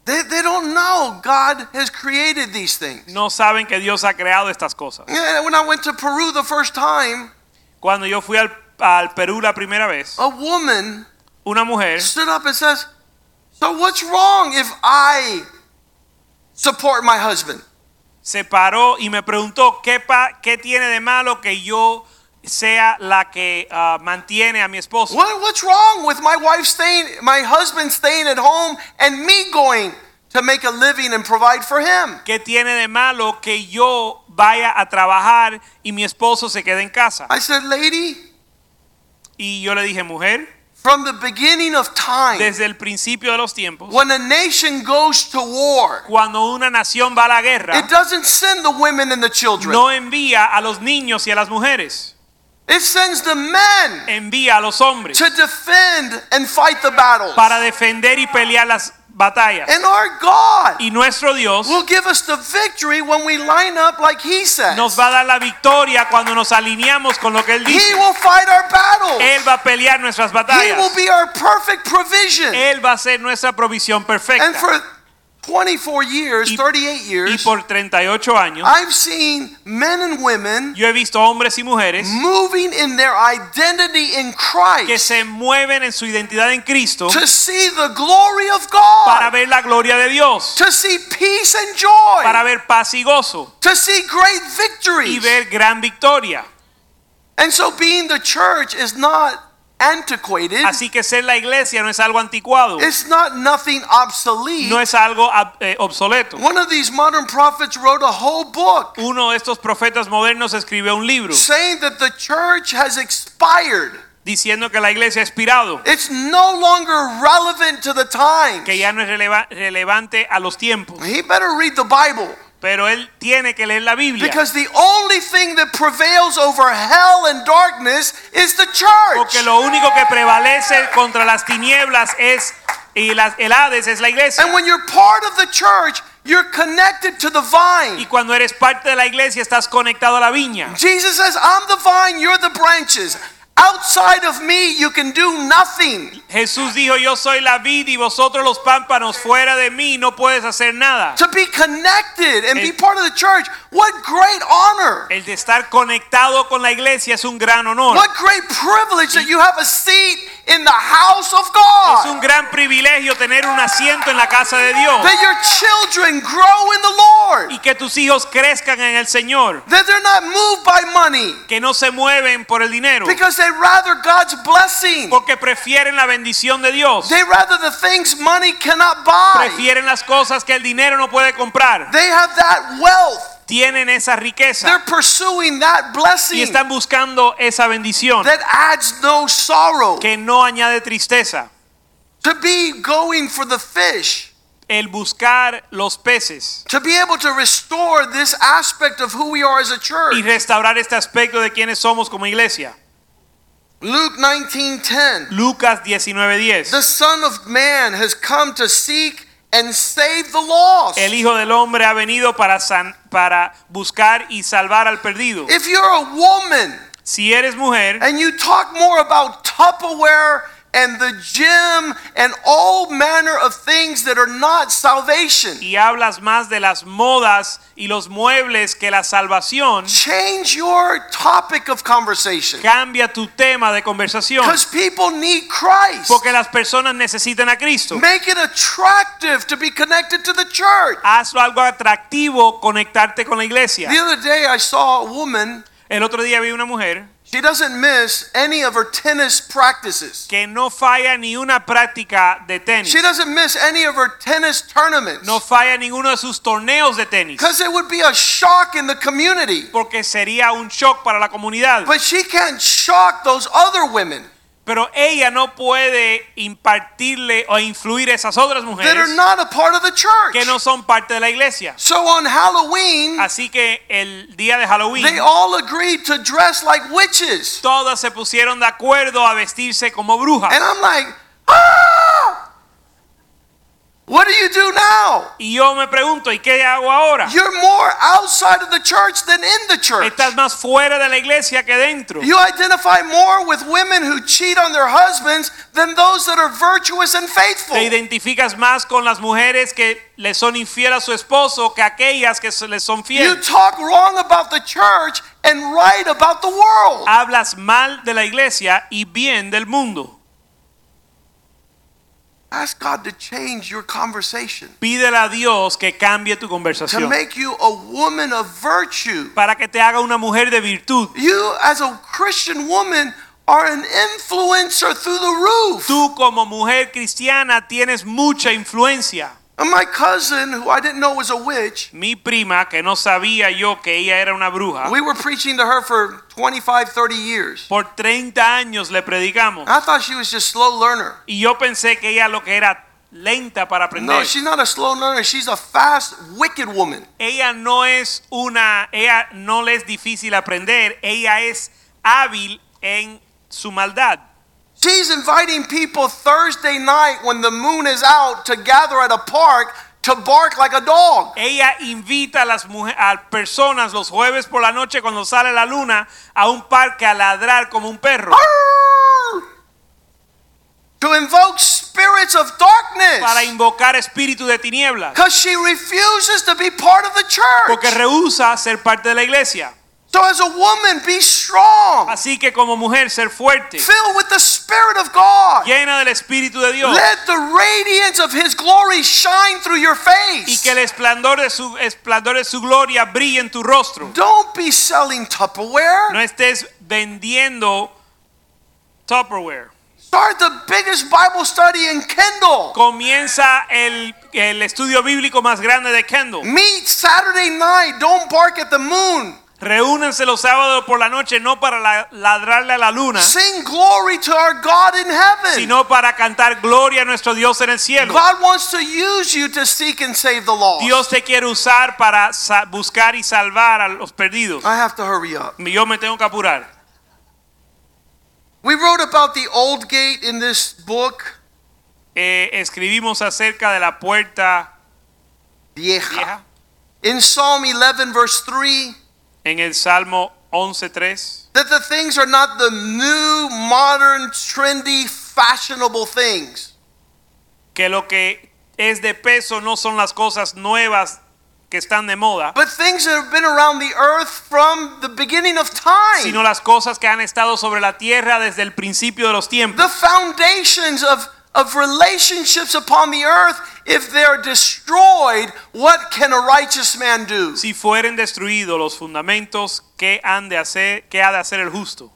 Speaker 1: They, they don't know God has created these things.
Speaker 2: No saben que Dios ha creado estas cosas.
Speaker 1: Yeah, When I went to Peru the first time,
Speaker 2: Cuando yo fui al, al Perú la primera vez,
Speaker 1: a woman
Speaker 2: una mujer
Speaker 1: stood up and says, So what's wrong if I support my husband?
Speaker 2: se paró y me preguntó qué, pa- qué tiene de malo que yo sea la que ah, mantiene a mi esposo.
Speaker 1: What, what's wrong with my wife staying, my husband staying at home, and me going to make a living and provide for him?
Speaker 2: ¿Qué tiene de malo que yo vaya a trabajar y mi esposo se quede en casa?
Speaker 1: I said, Lady,
Speaker 2: Y yo le dije, mujer,
Speaker 1: from the beginning of time,
Speaker 2: desde el principio de los tiempos,
Speaker 1: when a nation goes to war,
Speaker 2: cuando una nación va a la guerra,
Speaker 1: it doesn't send the women and the children,
Speaker 2: no envía a los niños y a las mujeres,
Speaker 1: it sends the men
Speaker 2: envía a los hombres
Speaker 1: to defend and fight the battles.
Speaker 2: para defender y pelear las batallas.
Speaker 1: And our God
Speaker 2: Y nuestro Dios
Speaker 1: will give us the victory when we line up like He says.
Speaker 2: nos va a dar la victoria cuando nos alineamos con lo que Él
Speaker 1: He
Speaker 2: dice.
Speaker 1: will fight our battles.
Speaker 2: Él va a pelear nuestras
Speaker 1: He will
Speaker 2: batallas.
Speaker 1: be our perfect provision.
Speaker 2: Él va a ser nuestra provisión
Speaker 1: And
Speaker 2: perfecta.
Speaker 1: for 24 years,
Speaker 2: Y-
Speaker 1: 38
Speaker 2: Y
Speaker 1: years,
Speaker 2: por 38 años,
Speaker 1: I've seen men and women
Speaker 2: yo he visto hombres y mujeres
Speaker 1: moving in their identity in
Speaker 2: que
Speaker 1: Christ
Speaker 2: se mueven en su identidad en Cristo
Speaker 1: to see the glory of
Speaker 2: para
Speaker 1: God,
Speaker 2: ver la gloria de Dios,
Speaker 1: to see peace and joy,
Speaker 2: para ver paz y gozo
Speaker 1: to see great
Speaker 2: y
Speaker 1: victories.
Speaker 2: ver gran victoria.
Speaker 1: And so, being the church is not antiquated,
Speaker 2: Así que ser la iglesia no es algo anticuado,
Speaker 1: it's not nothing
Speaker 2: no
Speaker 1: obsolete.
Speaker 2: es algo ab- eh, obsoleto.
Speaker 1: One of these modern prophets wrote a whole book
Speaker 2: Uno de estos profetas modernos escribió un libro
Speaker 1: saying that the church has expired.
Speaker 2: diciendo que la iglesia ha expirado,
Speaker 1: It's no longer relevant to the times.
Speaker 2: que ya no es releva- relevante a los tiempos.
Speaker 1: He better read the Bible
Speaker 2: Pero él tiene que leer la Biblia.
Speaker 1: because the only thing that prevails over hell and darkness is the
Speaker 2: Porque
Speaker 1: church.
Speaker 2: lo único que prevalece contra las tinieblas es y las, el Hades es la iglesia.
Speaker 1: And when you're part of the church, you're connected to the vine.
Speaker 2: Y cuando eres parte de la iglesia estás conectado a la viña.
Speaker 1: Jesus says, I'm the vine, you're the branches. Outside of me, you can do nothing.
Speaker 2: Jesús dijo, yo soy la vid y vosotros los pámpanos, fuera de mí no puedes hacer nada.
Speaker 1: To be connected and be
Speaker 2: El-
Speaker 1: part of the church, what great honor.
Speaker 2: El de estar conectado con la iglesia es un gran honor.
Speaker 1: What great privilege that you have a seat in the house of
Speaker 2: Es un
Speaker 1: God.
Speaker 2: gran privilegio tener un asiento en la casa de Dios
Speaker 1: That your children grow in the Lord.
Speaker 2: y que tus hijos crezcan en el Señor,
Speaker 1: That they're not moved by money
Speaker 2: que no se mueven por el dinero,
Speaker 1: because they rather God's blessing.
Speaker 2: porque prefieren la bendición de Dios,
Speaker 1: They rather the things money cannot buy.
Speaker 2: prefieren las cosas que el dinero no puede comprar,
Speaker 1: They have that wealth.
Speaker 2: tienen esa riqueza
Speaker 1: They're pursuing that
Speaker 2: y
Speaker 1: blessing
Speaker 2: están buscando esa bendición
Speaker 1: that adds no sorrow.
Speaker 2: que no añade tristeza,
Speaker 1: To be going for the fish.
Speaker 2: el buscar los peces
Speaker 1: To be able to restore this aspect of who we are as a
Speaker 2: y
Speaker 1: church.
Speaker 2: restaurar este aspecto de quienes somos como iglesia.
Speaker 1: Luke 19:10.
Speaker 2: Lucas 19:10.
Speaker 1: The Son of Man has come to seek and save the lost.
Speaker 2: El Hijo del Hombre ha venido para, san- para buscar y salvar al perdido.
Speaker 1: If you're a woman
Speaker 2: Si eres mujer
Speaker 1: and you talk more about Tupperware and the gym and all manner of things that are not salvation,
Speaker 2: y hablas más de las modas y los muebles que la salvación,
Speaker 1: change your topic of conversation.
Speaker 2: cambia tu tema de conversación.
Speaker 1: Because people need Christ.
Speaker 2: Ah. Porque las personas necesitan a Cristo.
Speaker 1: Make it attractive to be connected to the church.
Speaker 2: Hazlo algo atractivo conectarte con la iglesia.
Speaker 1: The other day I saw a woman,
Speaker 2: El otro día vi una mujer
Speaker 1: she doesn't miss any of her tennis practices.
Speaker 2: que no falla ni una práctica de
Speaker 1: She
Speaker 2: tenis.
Speaker 1: doesn't miss any of her tennis tournaments.
Speaker 2: No falla ninguno de sus torneos de tenis.
Speaker 1: Because it would be a shock in the community.
Speaker 2: Porque sería un shock para la comunidad.
Speaker 1: But she can't shock those other women
Speaker 2: Pero ella no puede impartirle o influir a esas otras
Speaker 1: that
Speaker 2: mujeres
Speaker 1: are not a part of the
Speaker 2: que no
Speaker 1: church.
Speaker 2: son parte de la iglesia.
Speaker 1: So on Halloween,
Speaker 2: Así que el día de Halloween
Speaker 1: they all agreed to dress like witches.
Speaker 2: todas se pusieron de acuerdo a vestirse como
Speaker 1: And
Speaker 2: brujas.
Speaker 1: I'm like, ah! What do you do now?
Speaker 2: Y yo me pregunto, ¿y qué hago ahora?
Speaker 1: You're more outside of the church than in the church.
Speaker 2: Estás más fuera de la iglesia que dentro.
Speaker 1: You identify more with women who cheat on their husbands than those that are virtuous and faithful.
Speaker 2: Te identificas más con las mujeres que le son infiel a su esposo que aquellas que se le son
Speaker 1: You
Speaker 2: fieles.
Speaker 1: talk wrong about the church and right about the world.
Speaker 2: Hablas mal de la iglesia y bien del mundo.
Speaker 1: Ask God to change your conversation,
Speaker 2: Pídele a Dios que cambie
Speaker 1: to
Speaker 2: tu conversación.
Speaker 1: make you a woman of virtue.
Speaker 2: para que te haga una mujer de virtud.
Speaker 1: You, as a Christian woman, are an influencer through the roof.
Speaker 2: Tú como mujer cristiana tienes mucha influencia.
Speaker 1: And my cousin, who I didn't know was a witch,
Speaker 2: Mi prima, que no sabía yo que ella era una bruja,
Speaker 1: we were preaching to her for 25, 30 years.
Speaker 2: por 30 años le predicamos.
Speaker 1: I thought she was just slow learner.
Speaker 2: Y yo pensé que ella lo que era lenta para
Speaker 1: No,
Speaker 2: aprender.
Speaker 1: she's not a slow learner. She's a fast, wicked woman.
Speaker 2: Ella no es una, ella no le es difícil aprender, ella es hábil en su maldad.
Speaker 1: She's inviting people Thursday night when the moon is out to gather at a park to bark like a dog.
Speaker 2: Ella invita a las muje- a personas los jueves por la noche cuando sale la luna a un parque a ladrar como un perro.
Speaker 1: Arr! To invoke spirits of
Speaker 2: para
Speaker 1: darkness.
Speaker 2: invocar espíritu de tinieblas
Speaker 1: Because she refuses to be part of the
Speaker 2: porque
Speaker 1: church.
Speaker 2: rehúsa ser parte de la iglesia
Speaker 1: So, as a woman, be strong,
Speaker 2: así que como mujer ser fuerte
Speaker 1: filled with the Spirit of God.
Speaker 2: llena del espíritu de Dios
Speaker 1: Let the radiance of His glory shine through your
Speaker 2: y
Speaker 1: face.
Speaker 2: que el esplendor de su esplendor de su gloria brille en tu rostro
Speaker 1: Don't be selling Tupperware.
Speaker 2: no estés vendiendo Tupperware
Speaker 1: Start the biggest Bible study in Kendall.
Speaker 2: comienza el, el estudio bíblico más grande de Kendall
Speaker 1: Meet Saturday night. Don't bark at the moon.
Speaker 2: reúnense los sábados por la noche no para la- ladrarle a la luna
Speaker 1: Sing glory to our God in heaven.
Speaker 2: sino para cantar gloria a nuestro Dios en el cielo
Speaker 1: God wants to use you to seek and save the
Speaker 2: Dios
Speaker 1: lost.
Speaker 2: te quiere usar para sa- buscar y salvar a los perdidos.
Speaker 1: I have to hurry up.
Speaker 2: Yo me tengo que apurar.
Speaker 1: We wrote about the old gate in this book,
Speaker 2: Eh, escribimos acerca de la puerta
Speaker 1: Vieja.
Speaker 2: vieja
Speaker 1: In Psalm 11, verse 3,
Speaker 2: en el Salmo 11.3.
Speaker 1: That the things are not the new, modern, trendy, fashionable things,
Speaker 2: Que lo que es de peso no son las cosas nuevas que están de moda,
Speaker 1: but things that have been around the earth from the beginning of time.
Speaker 2: sino las cosas que han estado sobre la tierra desde el principio de los tiempos.
Speaker 1: the foundations of, of relationships upon the earth, if they're destroyed, what can a righteous man do?
Speaker 2: Si fueren destruidos los fundamentos, ¿qué, han de hacer, ¿qué ha de hacer el justo?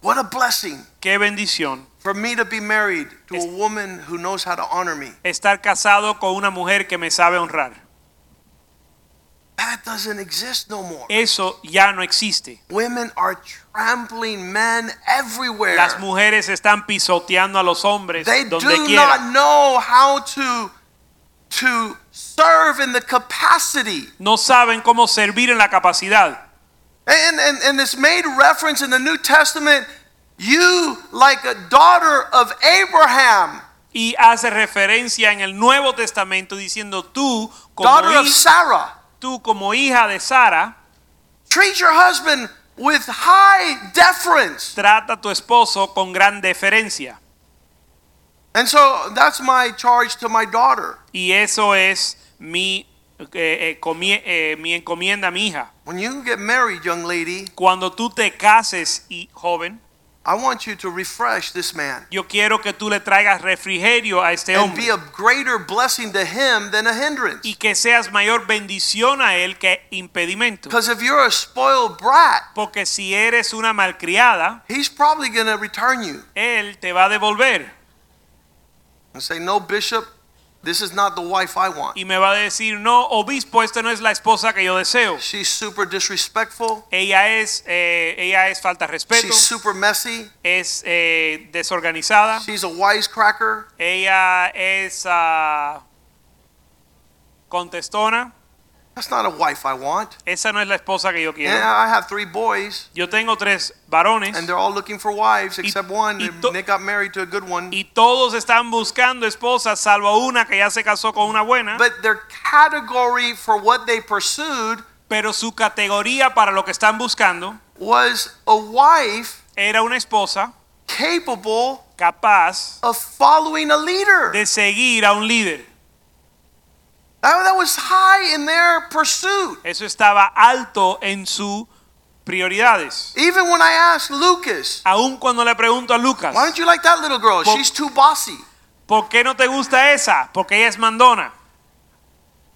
Speaker 1: What a blessing
Speaker 2: Qué bendición
Speaker 1: for me to be married to a woman who knows how to honor me.
Speaker 2: estar casado con una mujer que me sabe honrar.
Speaker 1: That doesn't exist no
Speaker 2: Eh-
Speaker 1: more.
Speaker 2: Eso ya no existe.
Speaker 1: Women are trampling men everywhere.
Speaker 2: Las mujeres están pisoteando a los hombres
Speaker 1: They
Speaker 2: donde
Speaker 1: do
Speaker 2: quiera.
Speaker 1: not know how to, to serve in the capacity.
Speaker 2: No saben cómo servir en la capacidad.
Speaker 1: And, and, and it's made reference in the New Testament, you like a daughter of Abraham,
Speaker 2: Y hace referencia en el Nuevo Testamento diciendo tú como,
Speaker 1: daughter of
Speaker 2: hij-
Speaker 1: Sarah.
Speaker 2: tú como hija de Sara,
Speaker 1: Treat your husband with high deference.
Speaker 2: trata a tu esposo con gran deferencia.
Speaker 1: And so that's my charge to my daughter.
Speaker 2: Y eso es mi, eh, eh, comie- eh, mi encomienda a mi hija.
Speaker 1: When you get married, young lady,
Speaker 2: Cuando tú te cases y joven,
Speaker 1: I want you to refresh this man
Speaker 2: yo quiero que tú le traigas refrigerio a este
Speaker 1: and
Speaker 2: hombre.
Speaker 1: be a greater blessing to him than a
Speaker 2: y
Speaker 1: hindrance.
Speaker 2: que seas mayor bendición a él que impedimento.
Speaker 1: Because if you're a spoiled brat,
Speaker 2: Porque si eres una malcriada,
Speaker 1: he's probably going to return you
Speaker 2: él te va a devolver
Speaker 1: and say, No, Bishop, this is not the wife I want.
Speaker 2: y me va a decir, no, obispo, esta no es la esposa que yo deseo.
Speaker 1: She's super disrespectful.
Speaker 2: Ella es, eh, ella es falta de respeto,
Speaker 1: She's super messy.
Speaker 2: es eh, desorganizada,
Speaker 1: She's a wisecracker.
Speaker 2: ella es ah, contestona.
Speaker 1: That's not a wife I want.
Speaker 2: Esa no es la esposa que yo quiero.
Speaker 1: And I have three boys,
Speaker 2: Yo tengo tres varones
Speaker 1: and they're all looking for wives except one.
Speaker 2: y to-
Speaker 1: Nick got married to a good one.
Speaker 2: y todos están buscando esposas, salvo una que ya se casó con una buena.
Speaker 1: But their category for what they pursued
Speaker 2: pero su categoría para lo que están buscando
Speaker 1: was a wife
Speaker 2: era una esposa
Speaker 1: capable
Speaker 2: capaz
Speaker 1: of following a leader. That,
Speaker 2: de seguir a un líder.
Speaker 1: that was high in their pursuit.
Speaker 2: Eso estaba alto en sus prioridades.
Speaker 1: Even when I asked Lucas,
Speaker 2: Aun cuando le pregunto a Lucas,
Speaker 1: why don't you like that little girl?
Speaker 2: Well-
Speaker 1: She's too bossy.
Speaker 2: ¿por qué no te gusta esa? Porque ella es mandona.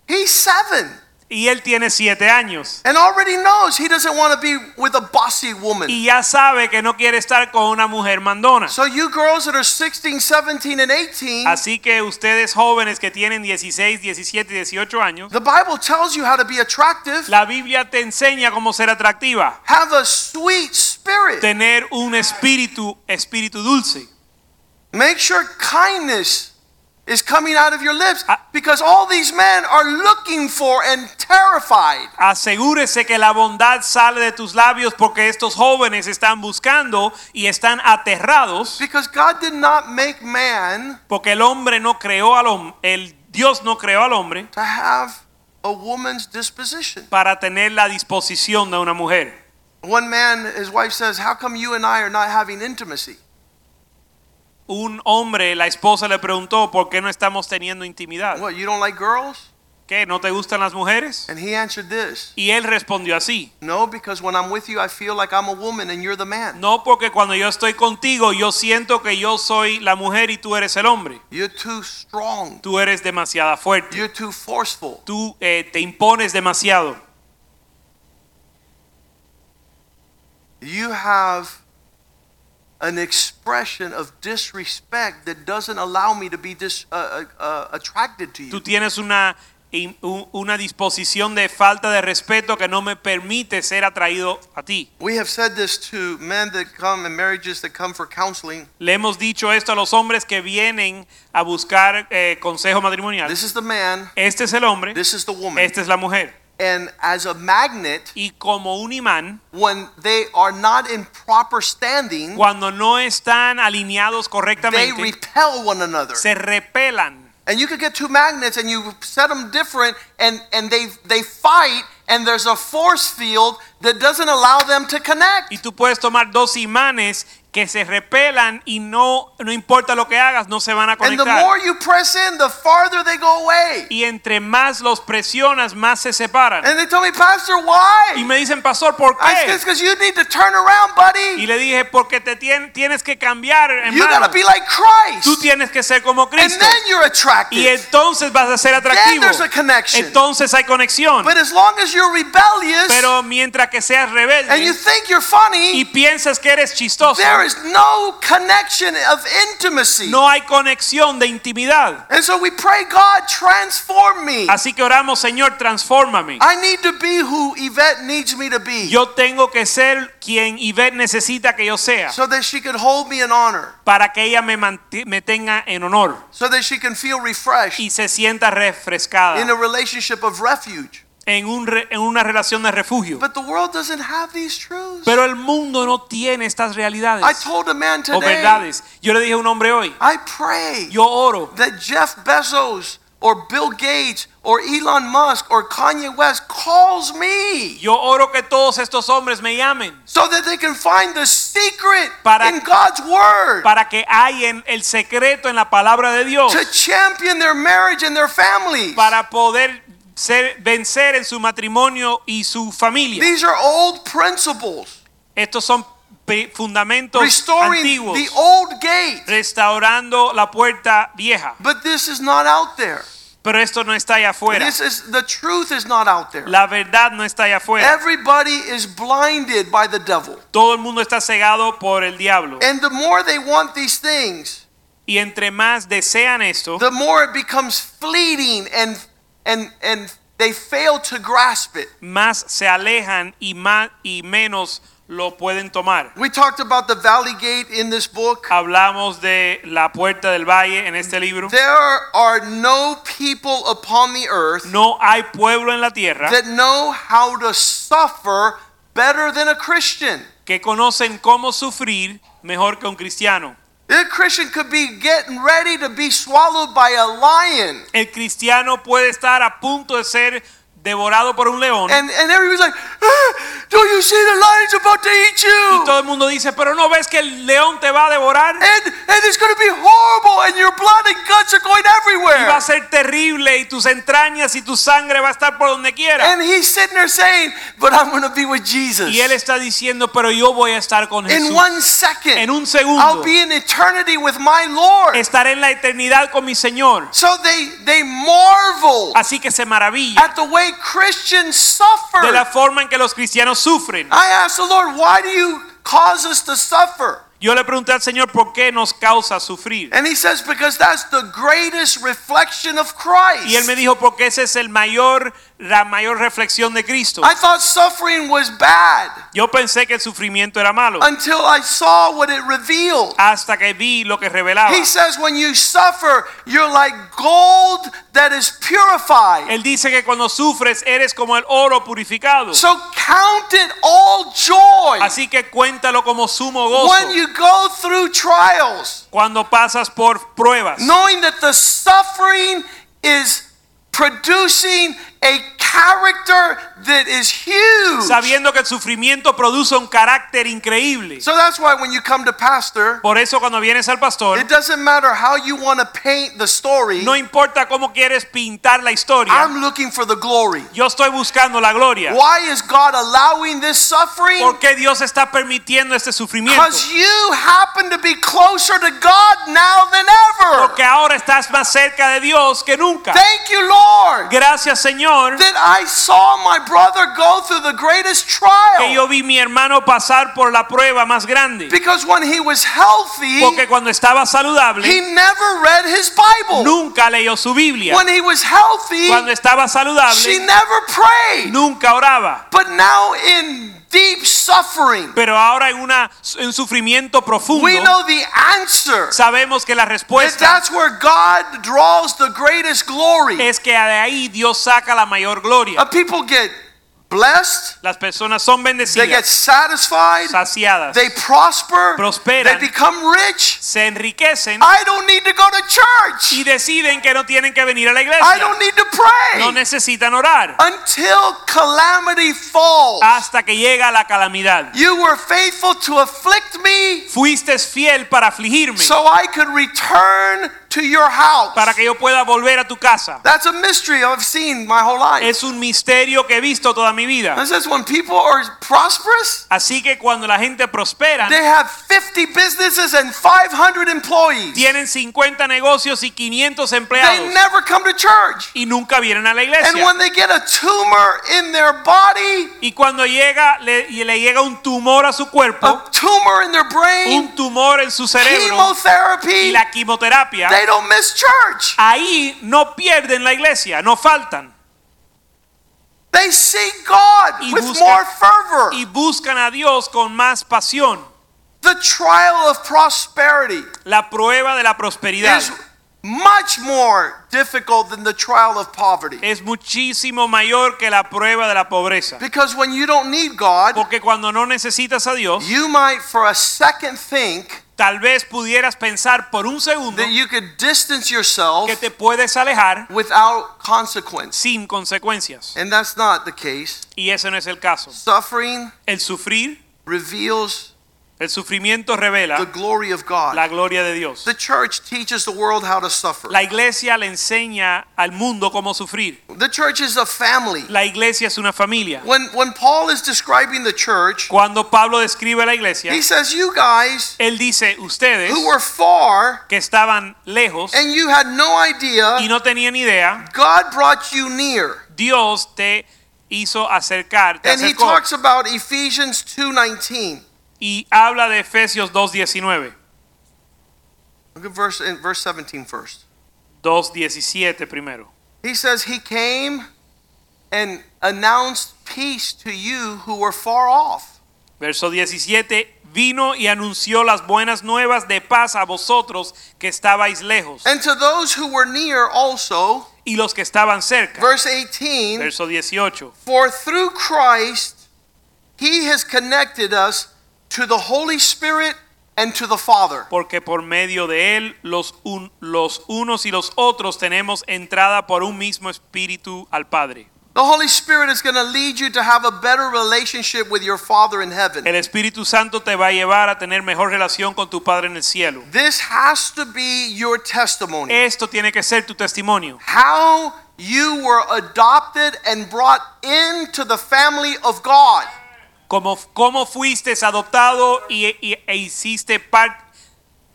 Speaker 1: He's seven
Speaker 2: Y él tiene siete años.
Speaker 1: and already knows he doesn't want to be with a bossy woman.
Speaker 2: Y ya sabe que no quiere estar con una mujer mandona.
Speaker 1: So you girls that are 16, 17, and 18,
Speaker 2: Así que ustedes jóvenes que tienen 16, 17, 18 años,
Speaker 1: the Bible tells you how to be attractive.
Speaker 2: la Biblia te enseña cómo ser atractiva.
Speaker 1: Have a sweet spirit.
Speaker 2: Tener un espíritu, espíritu dulce.
Speaker 1: Make sure kindness is coming out of your lips
Speaker 2: I-
Speaker 1: because all these men are looking for and terrified.
Speaker 2: Asegúrese que la bondad sale de tus labios porque estos jóvenes están buscando y están aterrados
Speaker 1: Because God did not make man
Speaker 2: porque el hombre no creó al hombre, el Dios no creó al hombre
Speaker 1: to have a woman's disposition.
Speaker 2: para tener la disposición de una mujer.
Speaker 1: One man, his wife says, How come you and I are not having intimacy?
Speaker 2: Un hombre, la esposa le preguntó, ¿por qué no estamos teniendo intimidad?
Speaker 1: What, you don't like girls?
Speaker 2: ¿Qué? ¿No te gustan las mujeres?
Speaker 1: And he answered this
Speaker 2: Y él respondió así,
Speaker 1: No, because when I'm with you, I feel like I'm a woman and you're the man.
Speaker 2: no porque cuando yo estoy contigo yo siento que yo soy la mujer y tú eres el hombre.
Speaker 1: You're too strong.
Speaker 2: Tú eres demasiado fuerte.
Speaker 1: You're too forceful.
Speaker 2: Tú eh, te impones demasiado.
Speaker 1: You have an expression of disrespect that doesn't allow me to be dis- uh, uh, uh, attracted to
Speaker 2: tú
Speaker 1: you.
Speaker 2: tienes una, in- u- una disposición de falta de respeto que no me permite ser atraído a ti.
Speaker 1: We have said this to men that come and marriages that come for counseling.
Speaker 2: Le hemos dicho esto a los hombres que vienen a buscar eh, consejo matrimonial.
Speaker 1: This is the man,
Speaker 2: Este es el hombre,
Speaker 1: this is the woman.
Speaker 2: esta es la mujer.
Speaker 1: And as a magnet,
Speaker 2: Y como un imán,
Speaker 1: when they are not in proper standing,
Speaker 2: cuando no están alineados
Speaker 1: Mm-hmm. they
Speaker 2: correctamente,
Speaker 1: repel one another.
Speaker 2: se repelan.
Speaker 1: And you could get two magnets and you set them different and, and they, they fight and there's a force field that doesn't allow them to connect.
Speaker 2: Y tú puedes tomar dos imanes que se repelan y no, no importa lo que hagas, no se van a
Speaker 1: And the
Speaker 2: conectar.
Speaker 1: more you press in, the farther they go away.
Speaker 2: Y entre más los presionas, más se separan.
Speaker 1: And they told me, Pastor,
Speaker 2: Y
Speaker 1: why?
Speaker 2: me dicen, pastor, ¿por
Speaker 1: I said,
Speaker 2: qué?
Speaker 1: because you need to turn around,
Speaker 2: Y
Speaker 1: buddy.
Speaker 2: le dije, porque te tien- tienes que cambiar,
Speaker 1: You
Speaker 2: hermano.
Speaker 1: gotta be like
Speaker 2: Tú
Speaker 1: Christ.
Speaker 2: tienes que ser como
Speaker 1: And
Speaker 2: Cristo.
Speaker 1: then you're
Speaker 2: Y
Speaker 1: attractive.
Speaker 2: entonces vas a ser
Speaker 1: Then
Speaker 2: atractivo.
Speaker 1: there's a connection.
Speaker 2: Entonces hay conexión.
Speaker 1: But as long as you're rebellious
Speaker 2: Pero mientras que seas
Speaker 1: and you
Speaker 2: rebelde
Speaker 1: think you're
Speaker 2: y
Speaker 1: funny,
Speaker 2: piensas que eres chistoso,
Speaker 1: there is no connection of intimacy.
Speaker 2: no hay conexión de intimidad.
Speaker 1: And so we pray, God, transform me.
Speaker 2: Así que oramos, Señor, transfórmame.
Speaker 1: I need to be who Yvette needs me to be
Speaker 2: Yo tengo que ser quien Yvette necesita que yo sea
Speaker 1: so that she could hold me in honor,
Speaker 2: para que ella me, manti- me tenga en honor
Speaker 1: so that she can feel refreshed
Speaker 2: y se sienta
Speaker 1: in a
Speaker 2: refrescada
Speaker 1: relationship of refuge.
Speaker 2: en, un re- en una relación de refugio.
Speaker 1: But the world doesn't have these truths.
Speaker 2: Pero el mundo no tiene estas
Speaker 1: I
Speaker 2: realidades
Speaker 1: told a man
Speaker 2: o
Speaker 1: today,
Speaker 2: verdades. Yo le dije a un hombre hoy,
Speaker 1: I pray
Speaker 2: yo oro
Speaker 1: that Jeff Bezos or Bill Gates or Elon Musk or Kanye West calls me
Speaker 2: Yo oro que todos estos hombres me llamen
Speaker 1: so that they can find the secret
Speaker 2: Para-
Speaker 1: in God's word
Speaker 2: para que hallen el secreto en la palabra de Dios
Speaker 1: to champion their marriage and their families.
Speaker 2: para poder ser, vencer en su matrimonio y su familia.
Speaker 1: These are old principles.
Speaker 2: Estos son pe- fundamentos
Speaker 1: Restoring
Speaker 2: antiguos,
Speaker 1: the old gate.
Speaker 2: restaurando la puerta vieja.
Speaker 1: But this is not out there.
Speaker 2: Pero esto no está allá afuera.
Speaker 1: This is the truth is not out there.
Speaker 2: La verdad no está allá afuera.
Speaker 1: Everybody is blinded by the devil.
Speaker 2: Todo el mundo está cegado por el diablo.
Speaker 1: And the more they want these things,
Speaker 2: Y entre más desean esto,
Speaker 1: the more it becomes fleeting and and and they fail to grasp it.
Speaker 2: más se alejan y más y menos lo pueden tomar.
Speaker 1: We talked about the valley gate in this book.
Speaker 2: Uh-huh. Hablamos de la puerta del valle en este libro.
Speaker 1: There are no people upon the earth
Speaker 2: No hay pueblo en la tierra
Speaker 1: that know how to suffer better than a Christian.
Speaker 2: que conocen cómo sufrir mejor que un cristiano.
Speaker 1: A Christian could be getting ready to be swallowed by a lion.
Speaker 2: El cristiano puede estar a punto de ser devorado por un león
Speaker 1: And and everybody's like, "Ah, "Do you see the lion's about to eat
Speaker 2: y
Speaker 1: you?"
Speaker 2: todo el mundo dice, pero no ves que el león te va a devorar
Speaker 1: and and it's going to be horrible, and your blood and guts are going
Speaker 2: y va
Speaker 1: everywhere.
Speaker 2: a ser terrible y tus entrañas y tu sangre va a estar por donde quiera.
Speaker 1: And he's sitting there saying, "But I'm going to be with Jesus."
Speaker 2: Y él está diciendo, pero yo voy a estar
Speaker 1: in
Speaker 2: con Jesús.
Speaker 1: one second,
Speaker 2: En un segundo
Speaker 1: I'll be in eternity with my Lord.
Speaker 2: estaré en la eternidad con mi Señor.
Speaker 1: so they they marvel
Speaker 2: Así que se maravilla
Speaker 1: at the way Christians suffer.
Speaker 2: de la forma en que los cristianos sufren.
Speaker 1: I asked the Lord, "Why do you cause us to suffer?"
Speaker 2: Yo le pregunté al Señor por qué nos causa sufrir.
Speaker 1: And he says, "Because that's the greatest reflection of Christ."
Speaker 2: Y él me dijo porque ese es el mayor la mayor reflexión de Cristo.
Speaker 1: I thought suffering was bad
Speaker 2: Yo pensé que el sufrimiento era malo
Speaker 1: until I saw what it revealed.
Speaker 2: hasta que vi lo que revelaba.
Speaker 1: He says, when you suffer, you're like gold that is purified.
Speaker 2: Él dice que cuando sufres eres como el oro purificado.
Speaker 1: So count it all joy
Speaker 2: Así que cuéntalo como sumo gozo
Speaker 1: when you go through trials,
Speaker 2: cuando pasas por pruebas,
Speaker 1: knowing that the suffering is producing a character that is huge.
Speaker 2: sabiendo que el sufrimiento produce un carácter increíble.
Speaker 1: So that's why when you come to pastor,
Speaker 2: Por eso cuando vienes al pastor,
Speaker 1: it doesn't matter how you want to paint the story.
Speaker 2: no importa cómo quieres pintar la historia,
Speaker 1: I'm looking for the glory.
Speaker 2: yo estoy buscando la gloria.
Speaker 1: Why is God allowing this suffering?
Speaker 2: ¿Por qué Dios está permitiendo este sufrimiento?
Speaker 1: Because you happen to be closer to God now than ever.
Speaker 2: Porque ahora estás más cerca de Dios que nunca.
Speaker 1: Thank you, Lord,
Speaker 2: Gracias, Señor,
Speaker 1: that I saw my brother go through the greatest
Speaker 2: que
Speaker 1: trial.
Speaker 2: yo vi a mi hermano pasar por la prueba más grande.
Speaker 1: Because when he was healthy,
Speaker 2: Porque cuando estaba
Speaker 1: he
Speaker 2: saludable,
Speaker 1: never read his Bible.
Speaker 2: nunca leyó su Biblia.
Speaker 1: When he was healthy,
Speaker 2: Cuando estaba
Speaker 1: she
Speaker 2: saludable,
Speaker 1: never prayed.
Speaker 2: nunca oraba.
Speaker 1: But now in deep suffering,
Speaker 2: Pero ahora en una, un sufrimiento
Speaker 1: we
Speaker 2: profundo,
Speaker 1: know the answer.
Speaker 2: sabemos que la
Speaker 1: That
Speaker 2: respuesta
Speaker 1: that's where God draws the greatest glory.
Speaker 2: es que de ahí Dios saca la mayor gloria.
Speaker 1: Uh, people get blessed,
Speaker 2: Las personas son
Speaker 1: they get
Speaker 2: bendecidas,
Speaker 1: satisfied,
Speaker 2: saciadas,
Speaker 1: they prosper,
Speaker 2: Prosperan.
Speaker 1: they become rich.
Speaker 2: se enriquecen
Speaker 1: I don't need to go to
Speaker 2: y
Speaker 1: church.
Speaker 2: deciden que no tienen que venir a la
Speaker 1: I
Speaker 2: iglesia.
Speaker 1: don't need
Speaker 2: No
Speaker 1: to pray
Speaker 2: necesitan orar
Speaker 1: until calamity falls.
Speaker 2: hasta que llega la calamidad.
Speaker 1: You were faithful to afflict me
Speaker 2: Fuiste fiel para afligirme,
Speaker 1: so I could return to your house.
Speaker 2: para que yo pueda volver a tu casa.
Speaker 1: That's a mystery I've seen my whole life.
Speaker 2: Es un misterio que he visto toda mi vida.
Speaker 1: It says when people are prosperous,
Speaker 2: Así que cuando la gente prospera,
Speaker 1: they have 50 businesses and 500 employees.
Speaker 2: tienen 50 negocios y 500
Speaker 1: They
Speaker 2: empleados
Speaker 1: never come to church.
Speaker 2: y nunca vienen a la
Speaker 1: And
Speaker 2: iglesia.
Speaker 1: when they get a tumor in their body,
Speaker 2: Y cuando llega le, y le llega un tumor a su
Speaker 1: a
Speaker 2: cuerpo,
Speaker 1: tumor in their brain,
Speaker 2: Oh. un tumor en su cerebro y
Speaker 1: chemotherapy,
Speaker 2: la quimioterapia,
Speaker 1: they don't miss church.
Speaker 2: ahí no pierden la iglesia, no faltan
Speaker 1: They seek God
Speaker 2: Y
Speaker 1: with
Speaker 2: buscan-
Speaker 1: more fervor.
Speaker 2: y buscan a Dios con más pasión.
Speaker 1: The trial of prosperity
Speaker 2: La prueba de la prosperidad
Speaker 1: is much more difficult than the trial of poverty.
Speaker 2: es muchísimo mayor que la prueba de la pobreza,
Speaker 1: Because when you don't need God,
Speaker 2: porque cuando no necesitas a Dios,
Speaker 1: you might for a second think
Speaker 2: tal vez pudieras pensar por un segundo
Speaker 1: that you could distance yourself
Speaker 2: que te puedes alejar
Speaker 1: without consequence.
Speaker 2: sin consecuencias.
Speaker 1: And that's not the case.
Speaker 2: Y ese no es el caso.
Speaker 1: Suffering
Speaker 2: El sufrir,
Speaker 1: reveals
Speaker 2: el sufrimiento
Speaker 1: the
Speaker 2: revela
Speaker 1: glory of God.
Speaker 2: la gloria de Dios.
Speaker 1: The church teaches the world how to suffer.
Speaker 2: La iglesia le enseña al mundo cómo sufrir.
Speaker 1: The church is a family.
Speaker 2: La iglesia es una familia.
Speaker 1: When when Paul is describing the church,
Speaker 2: Cuando Pablo describe la iglesia,
Speaker 1: he says, "You guys
Speaker 2: él dice, ustedes
Speaker 1: who were far
Speaker 2: que estaban lejos
Speaker 1: and uh, you had no
Speaker 2: y
Speaker 1: idea,
Speaker 2: no tenían idea,
Speaker 1: God brought you near."
Speaker 2: Dios te hizo acercar, te
Speaker 1: And he
Speaker 2: acercó.
Speaker 1: talks about Ephesians 2:19.
Speaker 2: Y habla de Efesios 2.19,
Speaker 1: Look at verse in verse 17 first.
Speaker 2: 2.17 primero.
Speaker 1: He says, "He came and announced peace to you who were far off."
Speaker 2: Verso 17, vino y anunció las buenas nuevas de paz a vosotros que estabais lejos
Speaker 1: And to those who were near also,
Speaker 2: y los que estaban cerca.
Speaker 1: verse 18,
Speaker 2: Verso 18,
Speaker 1: For through Christ, He has connected us to the Holy Spirit and to the Father.
Speaker 2: porque por medio de él los, un- los unos y los otros tenemos entrada por un mismo espíritu al Padre.
Speaker 1: The Holy Spirit is going to lead you to have a better relationship with your Father in heaven.
Speaker 2: El Espíritu Santo te va a llevar a tener mejor relación con tu Padre en el cielo.
Speaker 1: This has to be your testimony.
Speaker 2: Esto tiene que ser tu testimonio.
Speaker 1: How you were adopted and brought into the family of God.
Speaker 2: Como, como fuiste adoptado y, y- e hiciste parte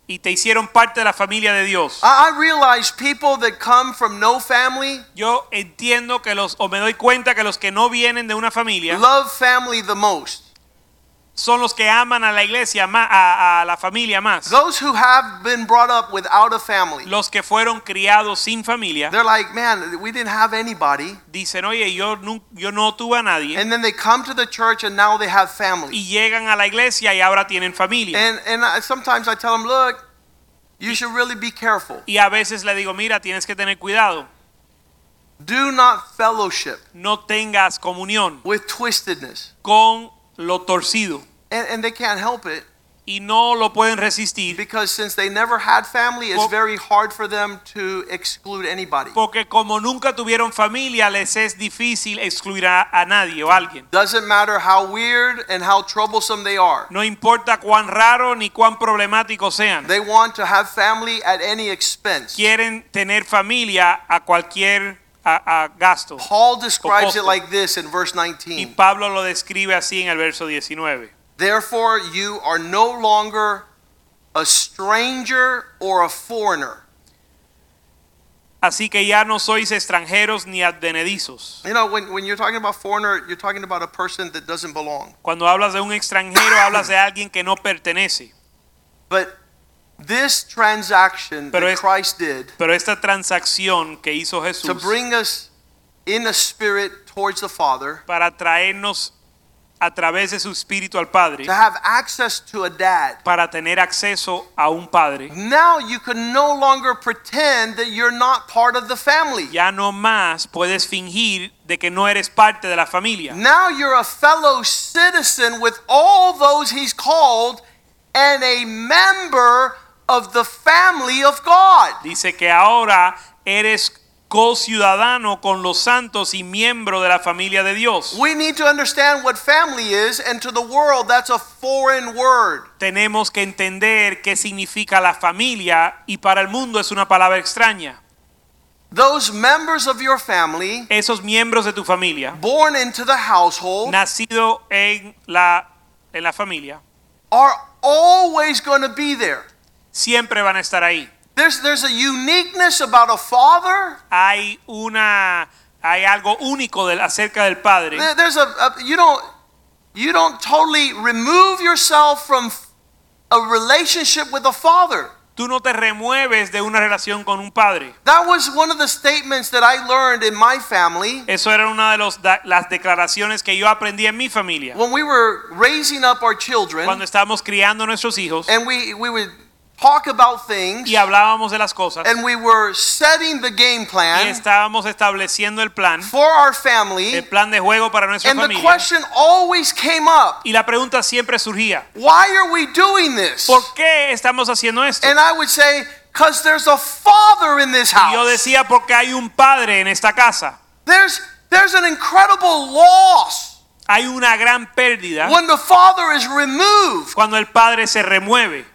Speaker 2: y te hicieron parte de la familia de Dios.
Speaker 1: I I realize people that come from no family
Speaker 2: Yo entiendo que los, o me doy cuenta que los que no vienen de una familia
Speaker 1: love family the most.
Speaker 2: son los que aman a la iglesia, ma- a, a la familia más.
Speaker 1: Those who have been brought up without a family,
Speaker 2: Los que fueron criados sin familia
Speaker 1: they're like, man, we didn't have anybody.
Speaker 2: dicen, oye, yo, nu- yo no tuve a nadie.
Speaker 1: And then they come to the church and now they have family.
Speaker 2: Y llegan a la iglesia y ahora tienen familia.
Speaker 1: And and I, sometimes I tell them, look, you should really be careful.
Speaker 2: Y a veces le digo, mira, tienes que tener cuidado.
Speaker 1: Do not fellowship
Speaker 2: No tengas comunión
Speaker 1: with twistedness.
Speaker 2: con lo torcido.
Speaker 1: And, and they can't help it
Speaker 2: Y no lo pueden resistir.
Speaker 1: because since they never had family, it's
Speaker 2: Well-
Speaker 1: very hard for them to exclude anybody.
Speaker 2: Porque como nunca tuvieron familia, les es difícil excluir a, a nadie o a alguien.
Speaker 1: Doesn't matter how weird and how troublesome they are.
Speaker 2: No importa cuán raro ni cuán problemático sean.
Speaker 1: They want to have family at any expense.
Speaker 2: Quieren tener familia a cualquier a- a gasto.
Speaker 1: Paul describes it
Speaker 2: costo.
Speaker 1: like this in verse
Speaker 2: Y
Speaker 1: 19.
Speaker 2: Pablo lo describe así en el verso 19.
Speaker 1: Therefore, you are no longer a stranger or a foreigner.
Speaker 2: Así que ya no sois extranjeros ni advenedizos.
Speaker 1: You know, when, when you're talking about foreigner, you're talking about a person that doesn't belong.
Speaker 2: Cuando hablas de un extranjero, hablas de alguien que no pertenece.
Speaker 1: But this transaction
Speaker 2: Pero
Speaker 1: that
Speaker 2: es-
Speaker 1: Christ did
Speaker 2: Pero esta transacción que hizo
Speaker 1: to
Speaker 2: Jesús
Speaker 1: bring us in the spirit towards the Father
Speaker 2: para traernos a través de su espíritu al Padre
Speaker 1: to have access to a dad.
Speaker 2: para tener acceso a un Padre.
Speaker 1: Now you can no longer pretend that you're not part of the family.
Speaker 2: Ya no más puedes fingir de que no eres parte de la familia.
Speaker 1: Now you're a fellow citizen with all those he's called and a member of the family of God.
Speaker 2: Dice que ahora eres co-ciudadano con los santos y miembro de la familia de Dios.
Speaker 1: We need to understand what family is, and to the world, that's a foreign word.
Speaker 2: Tenemos que entender qué significa la familia y para el mundo es una palabra extraña.
Speaker 1: Those members of your family
Speaker 2: Esos miembros de tu familia,
Speaker 1: born into the household
Speaker 2: nacido en la, en la familia,
Speaker 1: are always going to be there.
Speaker 2: siempre van a estar ahí.
Speaker 1: There's, there's a uniqueness about a father.
Speaker 2: Hay una hay algo único del- acerca del padre.
Speaker 1: There- There's a, a you don't you don't totally remove yourself from a relationship with a father.
Speaker 2: Tú no te remueves de una relación con un padre.
Speaker 1: That was one of the statements that I learned in my family
Speaker 2: Eso era una de los, da- las declaraciones que yo aprendí en mi familia.
Speaker 1: when we were raising up our
Speaker 2: cuando
Speaker 1: children
Speaker 2: estábamos criando a nuestros hijos
Speaker 1: and we we would talk about things
Speaker 2: y hablábamos de las cosas
Speaker 1: and we were setting the game
Speaker 2: y
Speaker 1: plan
Speaker 2: estábamos estableciendo el plan,
Speaker 1: for our family
Speaker 2: el plan de juego para nuestra
Speaker 1: and the
Speaker 2: familia.
Speaker 1: question always came up,
Speaker 2: Y la pregunta siempre surgía,
Speaker 1: why are we doing this?
Speaker 2: ¿por qué estamos haciendo esto?
Speaker 1: And I would say cuz there's a father in this
Speaker 2: Y yo
Speaker 1: house.
Speaker 2: decía, porque hay un padre en esta casa.
Speaker 1: There's there's an incredible loss
Speaker 2: Hay una gran pérdida
Speaker 1: when the father is removed
Speaker 2: cuando el padre se remueve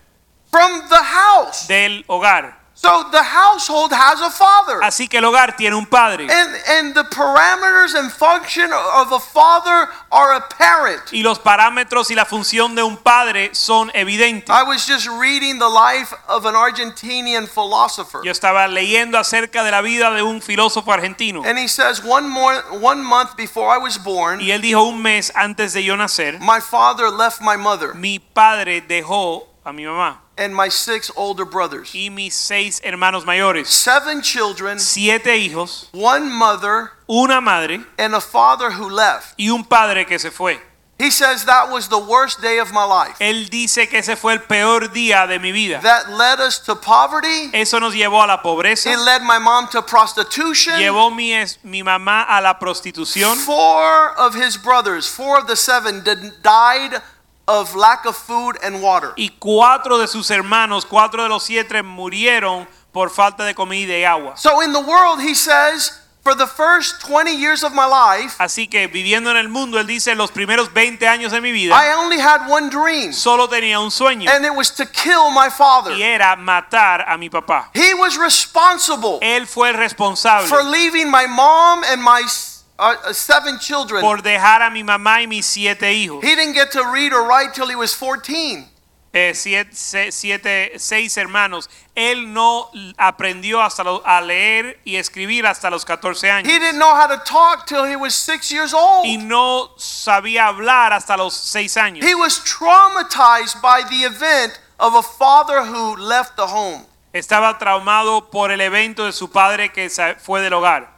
Speaker 1: from the house.
Speaker 2: del hogar.
Speaker 1: So the household has a father.
Speaker 2: Así que el hogar tiene un padre.
Speaker 1: And and the parameters and function of a father are apparent.
Speaker 2: Y los parámetros y la función de un padre son evidentes.
Speaker 1: I was just reading the life of an Argentinian philosopher.
Speaker 2: Yo estaba leyendo acerca de la vida de un filósofo argentino.
Speaker 1: And he says one more one month before I was born,
Speaker 2: Y él dijo un mes antes de yo nacer,
Speaker 1: my father left my mother
Speaker 2: mi padre dejó a mi mamá
Speaker 1: and my six older brothers.
Speaker 2: y mis seis hermanos mayores,
Speaker 1: Seven children,
Speaker 2: siete hijos,
Speaker 1: one mother,
Speaker 2: una madre
Speaker 1: and a father who left.
Speaker 2: y un padre que se fue.
Speaker 1: He says that was the worst day of my life.
Speaker 2: Él dice que ese fue el peor día de mi vida.
Speaker 1: That led us to poverty.
Speaker 2: Eso nos llevó a la pobreza,
Speaker 1: It led my mom to prostitution.
Speaker 2: llevó mi, es- mi mamá a la prostitución.
Speaker 1: Four of his brothers, four of the seven, did, died of lack of food and water.
Speaker 2: Y cuatro de sus hermanos, cuatro de los siete murieron por falta de comida y agua.
Speaker 1: So in the world, he says, for the first 20 years of my life,
Speaker 2: Así que viviendo en el mundo, él dice, los primeros 20 años de mi vida,
Speaker 1: I only had one dream,
Speaker 2: solo tenía un sueño
Speaker 1: and it was to kill my father.
Speaker 2: y era matar a mi papá.
Speaker 1: He was responsible
Speaker 2: Él fue el responsable
Speaker 1: for leaving my mom and my s- uh, uh, seven children.
Speaker 2: por dejar a mi mamá y mis siete hijos.
Speaker 1: He didn't get to read or write till he was 14.
Speaker 2: Eh, siete, se- siete- seis hermanos. Él no aprendió hasta lo- a leer y escribir hasta los 14
Speaker 1: He
Speaker 2: años.
Speaker 1: didn't know how to talk till he was six years old.
Speaker 2: Y no sabía hablar hasta los seis años.
Speaker 1: He was traumatized by the event of a father who left the home.
Speaker 2: Estaba traumado por el evento de su padre que se fue del hogar.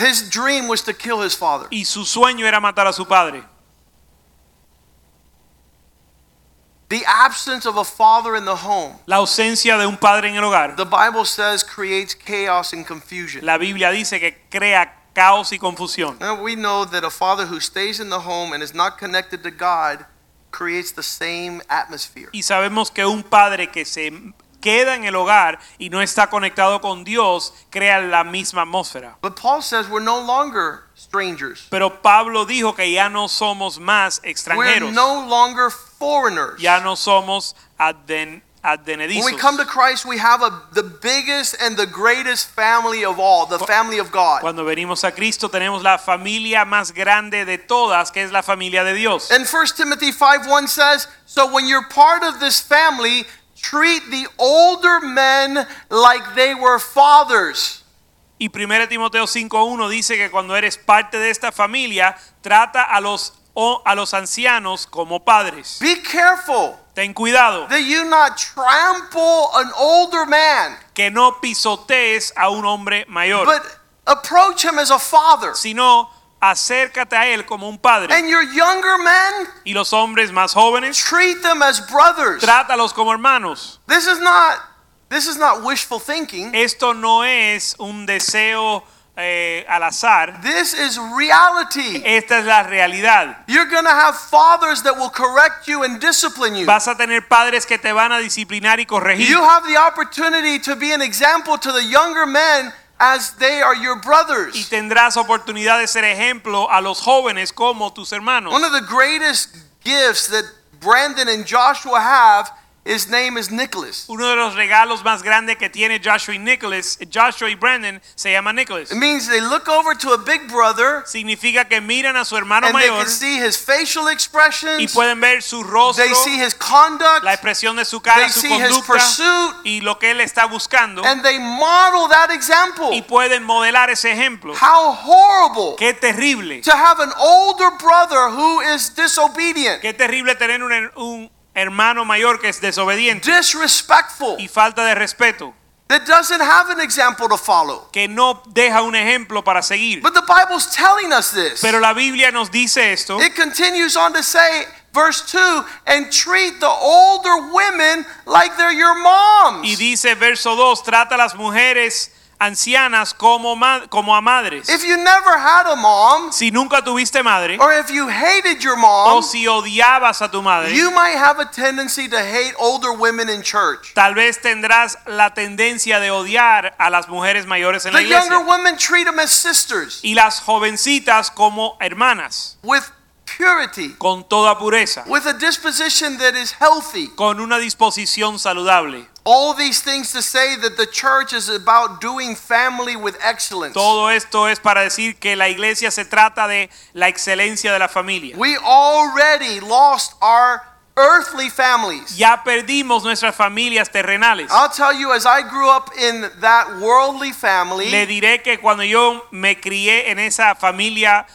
Speaker 1: His dream was to kill his father.
Speaker 2: Y su sueño era matar a su padre.
Speaker 1: The absence of a father in the home,
Speaker 2: La ausencia de un padre en el hogar.
Speaker 1: the Bible says, creates chaos and confusion.
Speaker 2: La Biblia dice que crea caos y confusión.
Speaker 1: Now we know that a father who stays in the home and is not connected to God creates the same atmosphere.
Speaker 2: Y sabemos que un padre que se queda en el hogar y no está conectado con Dios crea la misma atmósfera.
Speaker 1: But Paul says we're no longer strangers.
Speaker 2: Pero Pablo dijo que ya no somos más
Speaker 1: We're
Speaker 2: extranjeros,
Speaker 1: no longer foreigners.
Speaker 2: ya no somos adven-
Speaker 1: When
Speaker 2: advenedizos.
Speaker 1: we come to Christ, we have a, the biggest and the greatest family of all, the family of God.
Speaker 2: Cuando venimos a Cristo tenemos la familia más grande de todas, que es la familia de Dios.
Speaker 1: And 1 Timothy 5:1 says, "So when you're part of this family, treat the older men like they were fathers."
Speaker 2: Y 1 Timoteo 5.1 dice que cuando eres parte de esta familia, trata a los, o- a los ancianos como padres.
Speaker 1: Be careful
Speaker 2: Ten cuidado.
Speaker 1: that you not trample an older man,
Speaker 2: que no pisotees a un hombre mayor,
Speaker 1: but approach him as a father.
Speaker 2: sino acércate a él como un padre.
Speaker 1: And your younger men,
Speaker 2: Y los hombres más jóvenes,
Speaker 1: treat them as brothers.
Speaker 2: trátalos como hermanos.
Speaker 1: This is not this is not wishful thinking.
Speaker 2: Esto no es un deseo eh, al azar.
Speaker 1: This is reality.
Speaker 2: Esta es la realidad.
Speaker 1: You're going to have fathers that will correct you and discipline you.
Speaker 2: Vas a tener padres que te van a disciplinar y corregir.
Speaker 1: You have the opportunity to be an example to the younger men as they are your
Speaker 2: Y
Speaker 1: brothers.
Speaker 2: tendrás oportunidad de ser ejemplo a los jóvenes como tus hermanos.
Speaker 1: One of the greatest gifts that Brandon and Joshua have, his name is Nicholas.
Speaker 2: Uno de los regalos más grandes que tiene Joshua y Nicholas, Joshua y Brandon, se llama Nicholas.
Speaker 1: It means they look over to a big brother
Speaker 2: Significa que miran a su hermano
Speaker 1: and they
Speaker 2: mayor
Speaker 1: can see his facial
Speaker 2: y
Speaker 1: expressions,
Speaker 2: pueden ver su rostro,
Speaker 1: they see his conduct,
Speaker 2: la expresión de su
Speaker 1: they
Speaker 2: cara, su
Speaker 1: see his
Speaker 2: conducta
Speaker 1: pursuit,
Speaker 2: y lo que él está buscando
Speaker 1: and they model that
Speaker 2: y
Speaker 1: example.
Speaker 2: pueden modelar ese ejemplo.
Speaker 1: How horrible
Speaker 2: Qué terrible.
Speaker 1: to have an older brother who is disobedient,
Speaker 2: Qué terrible tener un, her- un hermano mayor que es desobediente
Speaker 1: disrespectful,
Speaker 2: y falta de respeto,
Speaker 1: that doesn't have an example to follow.
Speaker 2: que no deja un ejemplo para seguir.
Speaker 1: But the Bible's telling us this.
Speaker 2: Pero la Biblia nos dice esto.
Speaker 1: It continues on to say, verse 2 and treat the older women like they're your
Speaker 2: Y
Speaker 1: moms.
Speaker 2: dice verso 2, trata a las mujeres ancianas como, ma- como a madres.
Speaker 1: If you never had a mom,
Speaker 2: si nunca tuviste madre
Speaker 1: or if you hated your
Speaker 2: o
Speaker 1: mom,
Speaker 2: si odiabas a tu madre,
Speaker 1: you might have a tendency to hate older women in church.
Speaker 2: tal vez tendrás la tendencia de odiar a las mujeres mayores en la
Speaker 1: The younger
Speaker 2: iglesia
Speaker 1: women treat them as sisters
Speaker 2: y las jovencitas como hermanas,
Speaker 1: with purity,
Speaker 2: con toda pureza,
Speaker 1: with a disposition that is healthy.
Speaker 2: con una disposición saludable.
Speaker 1: All these things to say that the church is about doing family with excellence.
Speaker 2: Todo esto es para decir que la iglesia se trata de la excelencia de la familia.
Speaker 1: We already lost our earthly families.
Speaker 2: Ya perdimos nuestras familias terrenales.
Speaker 1: I'll tell you, as I grew up in that worldly
Speaker 2: Le
Speaker 1: family,
Speaker 2: diré que cuando yo me crié en esa familia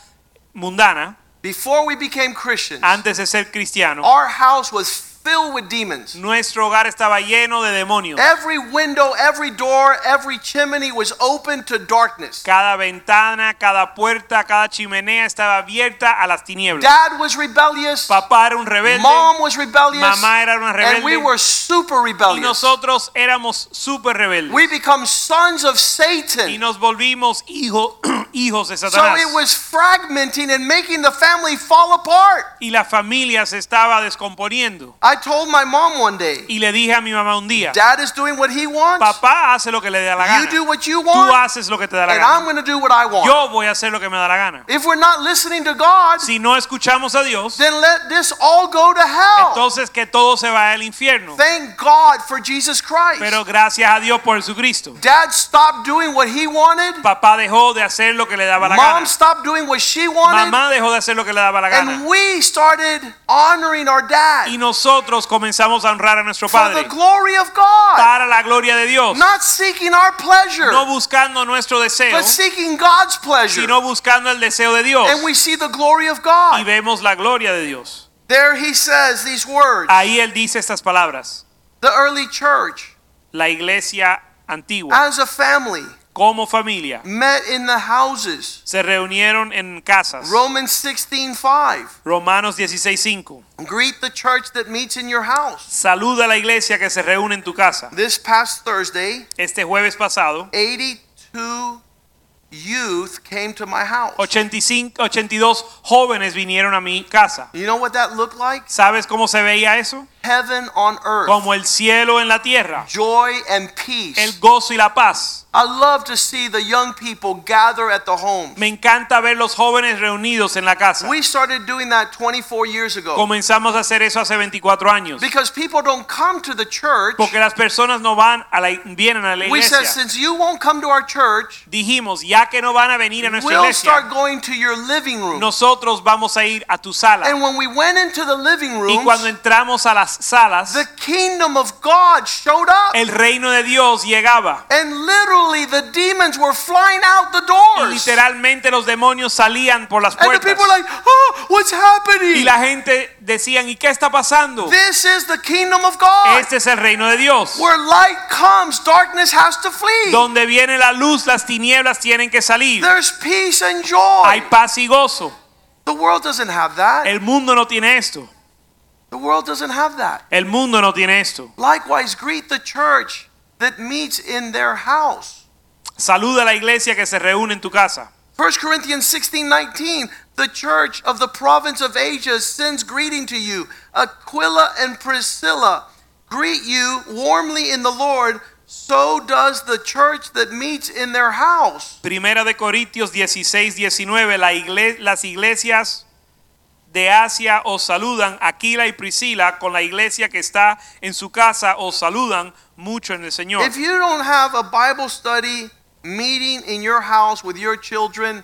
Speaker 2: mundana,
Speaker 1: before we became Christians,
Speaker 2: antes de ser cristiano,
Speaker 1: our house was filled with demons.
Speaker 2: nuestro hogar estaba lleno de demonios.
Speaker 1: Every window, every door, every chimney was open to darkness.
Speaker 2: Cada ventana, cada puerta, cada chimenea estaba abierta a las tinieblas.
Speaker 1: Dad was rebellious,
Speaker 2: Papá era un rebelde
Speaker 1: mom was rebellious,
Speaker 2: Mamá era una
Speaker 1: and we
Speaker 2: rebelde.
Speaker 1: were super
Speaker 2: y
Speaker 1: rebellious.
Speaker 2: nosotros éramos súper rebeldes.
Speaker 1: We become sons of Satan.
Speaker 2: y nos volvimos hijo- hijos de
Speaker 1: So
Speaker 2: Satanás.
Speaker 1: it was fragmenting and making the family fall apart.
Speaker 2: y la familia se estaba descomponiendo.
Speaker 1: I told my mom one day,
Speaker 2: Y le dije a mi mamá un día,
Speaker 1: Dad is doing what he wants.
Speaker 2: papá hace lo que le da la
Speaker 1: You
Speaker 2: gana.
Speaker 1: do what you
Speaker 2: Tú
Speaker 1: want,
Speaker 2: haces lo que te da la
Speaker 1: and
Speaker 2: gana.
Speaker 1: I'm going to do what I want.
Speaker 2: Yo voy a hacer lo que me da la gana.
Speaker 1: If we're not listening to God,
Speaker 2: Si no escuchamos a Dios,
Speaker 1: then let this all go to hell.
Speaker 2: entonces que todo se va al infierno.
Speaker 1: Thank God for Jesus
Speaker 2: Pero
Speaker 1: Christ.
Speaker 2: gracias a Dios por Jesucristo.
Speaker 1: Dad stopped doing what he wanted.
Speaker 2: Papá dejó de hacer lo que le daba la
Speaker 1: Mom
Speaker 2: gana.
Speaker 1: stopped doing what she wanted.
Speaker 2: Mamá dejó de hacer lo que le daba la gana.
Speaker 1: And we started honoring our
Speaker 2: Y
Speaker 1: dad
Speaker 2: nosotros comenzamos a honrar a nuestro
Speaker 1: for the
Speaker 2: Padre
Speaker 1: glory of God,
Speaker 2: para la gloria de Dios.
Speaker 1: not seeking our pleasure.
Speaker 2: No buscando nuestro deseo,
Speaker 1: but seeking God's pleasure.
Speaker 2: sino buscando el deseo de Dios.
Speaker 1: And we see the glory of
Speaker 2: Y
Speaker 1: God.
Speaker 2: vemos la gloria de Dios.
Speaker 1: There he says these words
Speaker 2: Ahí él dice estas palabras.
Speaker 1: The early church,
Speaker 2: La iglesia antigua,
Speaker 1: as a family,
Speaker 2: como familia,
Speaker 1: met in the houses.
Speaker 2: se reunieron en casas.
Speaker 1: Romans 16 5.
Speaker 2: Romanos 16:5.
Speaker 1: Greet the church that meets in your house.
Speaker 2: Saluda a la iglesia que se reúne en tu casa.
Speaker 1: This past Thursday,
Speaker 2: Este jueves pasado,
Speaker 1: 82 youth came to my house.
Speaker 2: 85, 82 jóvenes vinieron a mi casa.
Speaker 1: You know what that looked like?
Speaker 2: ¿Sabes cómo se veía eso?
Speaker 1: Heaven on earth.
Speaker 2: Como el cielo en la tierra,
Speaker 1: Joy and
Speaker 2: el
Speaker 1: peace.
Speaker 2: gozo y la paz.
Speaker 1: I love to see the young people gather at the home.
Speaker 2: Me encanta ver los jóvenes reunidos en la casa.
Speaker 1: We started doing that 24 years ago
Speaker 2: Comenzamos a hacer eso hace 24 años.
Speaker 1: because people don't come to the church.
Speaker 2: Porque las personas no van a la, vienen a la
Speaker 1: We said,
Speaker 2: iglesia.
Speaker 1: since you won't come to our church,
Speaker 2: Dijimos, ya que no van a venir a nuestra
Speaker 1: we'll start
Speaker 2: iglesia,
Speaker 1: going to your living room.
Speaker 2: nosotros vamos a ir a tu sala.
Speaker 1: And when we went into the living
Speaker 2: Y cuando
Speaker 1: room,
Speaker 2: entramos a la salas,
Speaker 1: the kingdom of God showed up.
Speaker 2: el reino de Dios llegaba.
Speaker 1: And literally the demons were flying out the
Speaker 2: Y
Speaker 1: doors. And
Speaker 2: literalmente los demonios salían por las
Speaker 1: the
Speaker 2: puertas.
Speaker 1: people were like, oh, what's
Speaker 2: Y
Speaker 1: happening?
Speaker 2: la gente decían, ¿y qué está pasando?
Speaker 1: This is the kingdom of God.
Speaker 2: Este es el reino de Dios.
Speaker 1: Where light comes, darkness has to flee.
Speaker 2: Donde viene la luz, las tinieblas tienen que salir.
Speaker 1: There's peace and joy.
Speaker 2: Hay paz y gozo.
Speaker 1: the world doesn't have that.
Speaker 2: El mundo no tiene esto.
Speaker 1: the world doesn't have that.
Speaker 2: El mundo no tiene esto.
Speaker 1: Likewise, greet the church that meets in their house.
Speaker 2: Saluda a la iglesia que se reúne en tu casa.
Speaker 1: 1 Corinthians 16 19, the church of the province of Asia sends greeting to you. Aquila and Priscilla greet you warmly in the Lord. So does the church that meets in their house.
Speaker 2: Primera de Corintios 16, 19. La igle- las iglesias de Asia os saludan. Aquila y Priscila con la iglesia que está en su casa os saludan mucho en el Señor.
Speaker 1: If you don't have a Bible study meeting in your house with your children,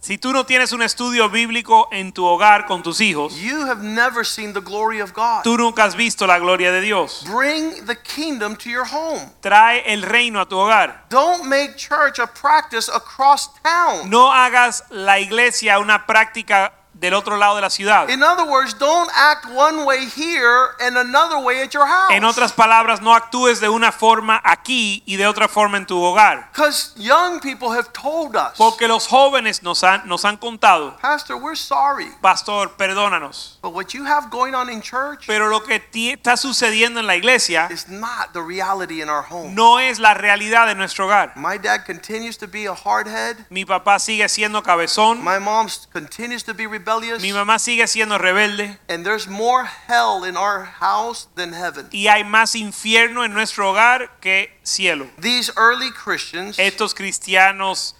Speaker 2: Si tú no tienes un estudio bíblico en tu hogar con tus hijos,
Speaker 1: you have never seen the glory of God.
Speaker 2: tú nunca has visto la gloria de Dios.
Speaker 1: Bring the kingdom to your home.
Speaker 2: Trae el reino a tu hogar.
Speaker 1: Don't make church a practice across town.
Speaker 2: No hagas la iglesia una práctica del otro lado de la ciudad.
Speaker 1: In other words, don't act one way here and another way at your
Speaker 2: En
Speaker 1: house.
Speaker 2: otras palabras, no actúes de una forma aquí y de otra forma en tu hogar.
Speaker 1: Because young people have told us,
Speaker 2: Porque los jóvenes nos han, nos han contado,
Speaker 1: Pastor, we're sorry,
Speaker 2: pastor, perdónanos,
Speaker 1: but what you have going on in church
Speaker 2: pero lo que ti- está sucediendo en la iglesia
Speaker 1: is not the reality in our home.
Speaker 2: no es la realidad de nuestro hogar.
Speaker 1: My dad continues to be a hardhead.
Speaker 2: Mi papá sigue siendo cabezón,
Speaker 1: My mom s- continues to be rebellious.
Speaker 2: mi mamá sigue siendo rebelde
Speaker 1: And there's more hell in our house than heaven.
Speaker 2: y hay más infierno en nuestro hogar que cielo.
Speaker 1: These early Christians
Speaker 2: Estos cristianos,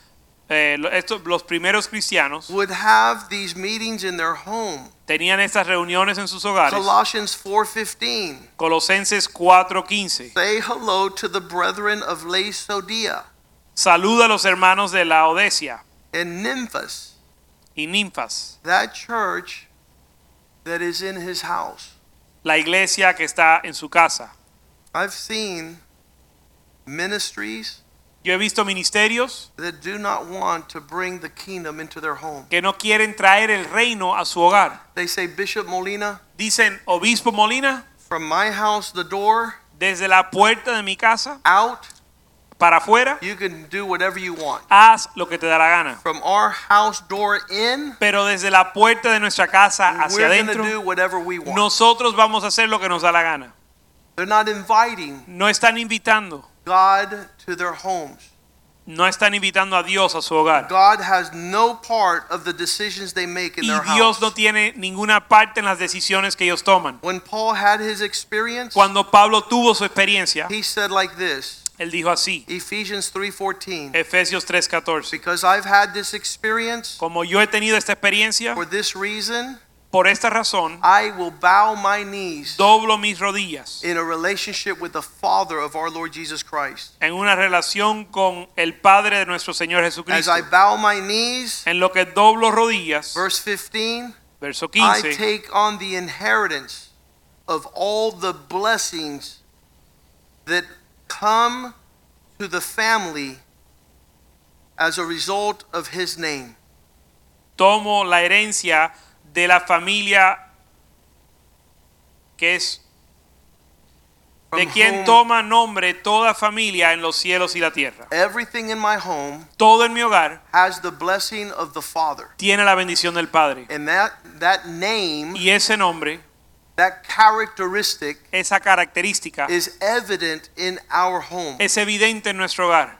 Speaker 2: eh, lo- estos, los primeros cristianos,
Speaker 1: would have these meetings in their home.
Speaker 2: tenían estas reuniones en sus hogares.
Speaker 1: Colossians 4:15.
Speaker 2: Colosenses 4:15.
Speaker 1: Say hello to the brethren of Laodicea
Speaker 2: Saluda a los hermanos de la Odesia
Speaker 1: and Nymphas,
Speaker 2: y Ninfas,
Speaker 1: that church that is in his house.
Speaker 2: la iglesia que está en su casa.
Speaker 1: I've seen ministries
Speaker 2: Yo he visto ministerios
Speaker 1: that do not want to bring the kingdom into their home.
Speaker 2: que no quieren traer el reino a su hogar.
Speaker 1: They say, Bishop Molina,
Speaker 2: Dicen, obispo Molina,
Speaker 1: from my house, the door
Speaker 2: desde la puerta de mi casa
Speaker 1: out,
Speaker 2: para afuera,
Speaker 1: you can do whatever you want.
Speaker 2: haz lo que te dará gana.
Speaker 1: From our house door in,
Speaker 2: Pero desde la puerta de nuestra casa hacia
Speaker 1: we're going to
Speaker 2: adentro,
Speaker 1: do whatever we want.
Speaker 2: nosotros vamos a hacer lo que nos da la gana.
Speaker 1: They're not inviting
Speaker 2: No están invitando,
Speaker 1: God to their homes.
Speaker 2: no están invitando a Dios a su hogar.
Speaker 1: God has no part of the decisions they make in
Speaker 2: y
Speaker 1: their
Speaker 2: Dios
Speaker 1: house.
Speaker 2: no tiene ninguna parte en las decisiones que ellos toman.
Speaker 1: When Paul had his experience,
Speaker 2: Cuando Pablo tuvo su experiencia,
Speaker 1: he said like this,
Speaker 2: él dijo así,
Speaker 1: Ephesians 3:14,
Speaker 2: Efesios 3:14,
Speaker 1: because I've had this experience
Speaker 2: como yo he tenido esta experiencia,
Speaker 1: for this reason,
Speaker 2: por esta razón,
Speaker 1: I will bow my knees
Speaker 2: doblo mis rodillas
Speaker 1: in a relationship with the Father of our Lord Jesus Christ.
Speaker 2: en una relación con el Padre de nuestro Señor
Speaker 1: As
Speaker 2: Jesucristo.
Speaker 1: I bow my knees,
Speaker 2: En lo que doblo rodillas,
Speaker 1: verse 15,
Speaker 2: verso
Speaker 1: I
Speaker 2: 15,
Speaker 1: take on the inheritance of all the blessings that come to the family as a result of his name.
Speaker 2: tomo la herencia de la familia que es
Speaker 1: From
Speaker 2: de quien
Speaker 1: whom
Speaker 2: toma nombre toda familia en los cielos y la tierra.
Speaker 1: everything in my home
Speaker 2: Todo en mi hogar
Speaker 1: has the blessing of the Father.
Speaker 2: tiene la bendición del Padre.
Speaker 1: And that that name,
Speaker 2: Y ese nombre,
Speaker 1: that characteristic
Speaker 2: esa característica,
Speaker 1: is evident in our home
Speaker 2: es evidente en nuestro hogar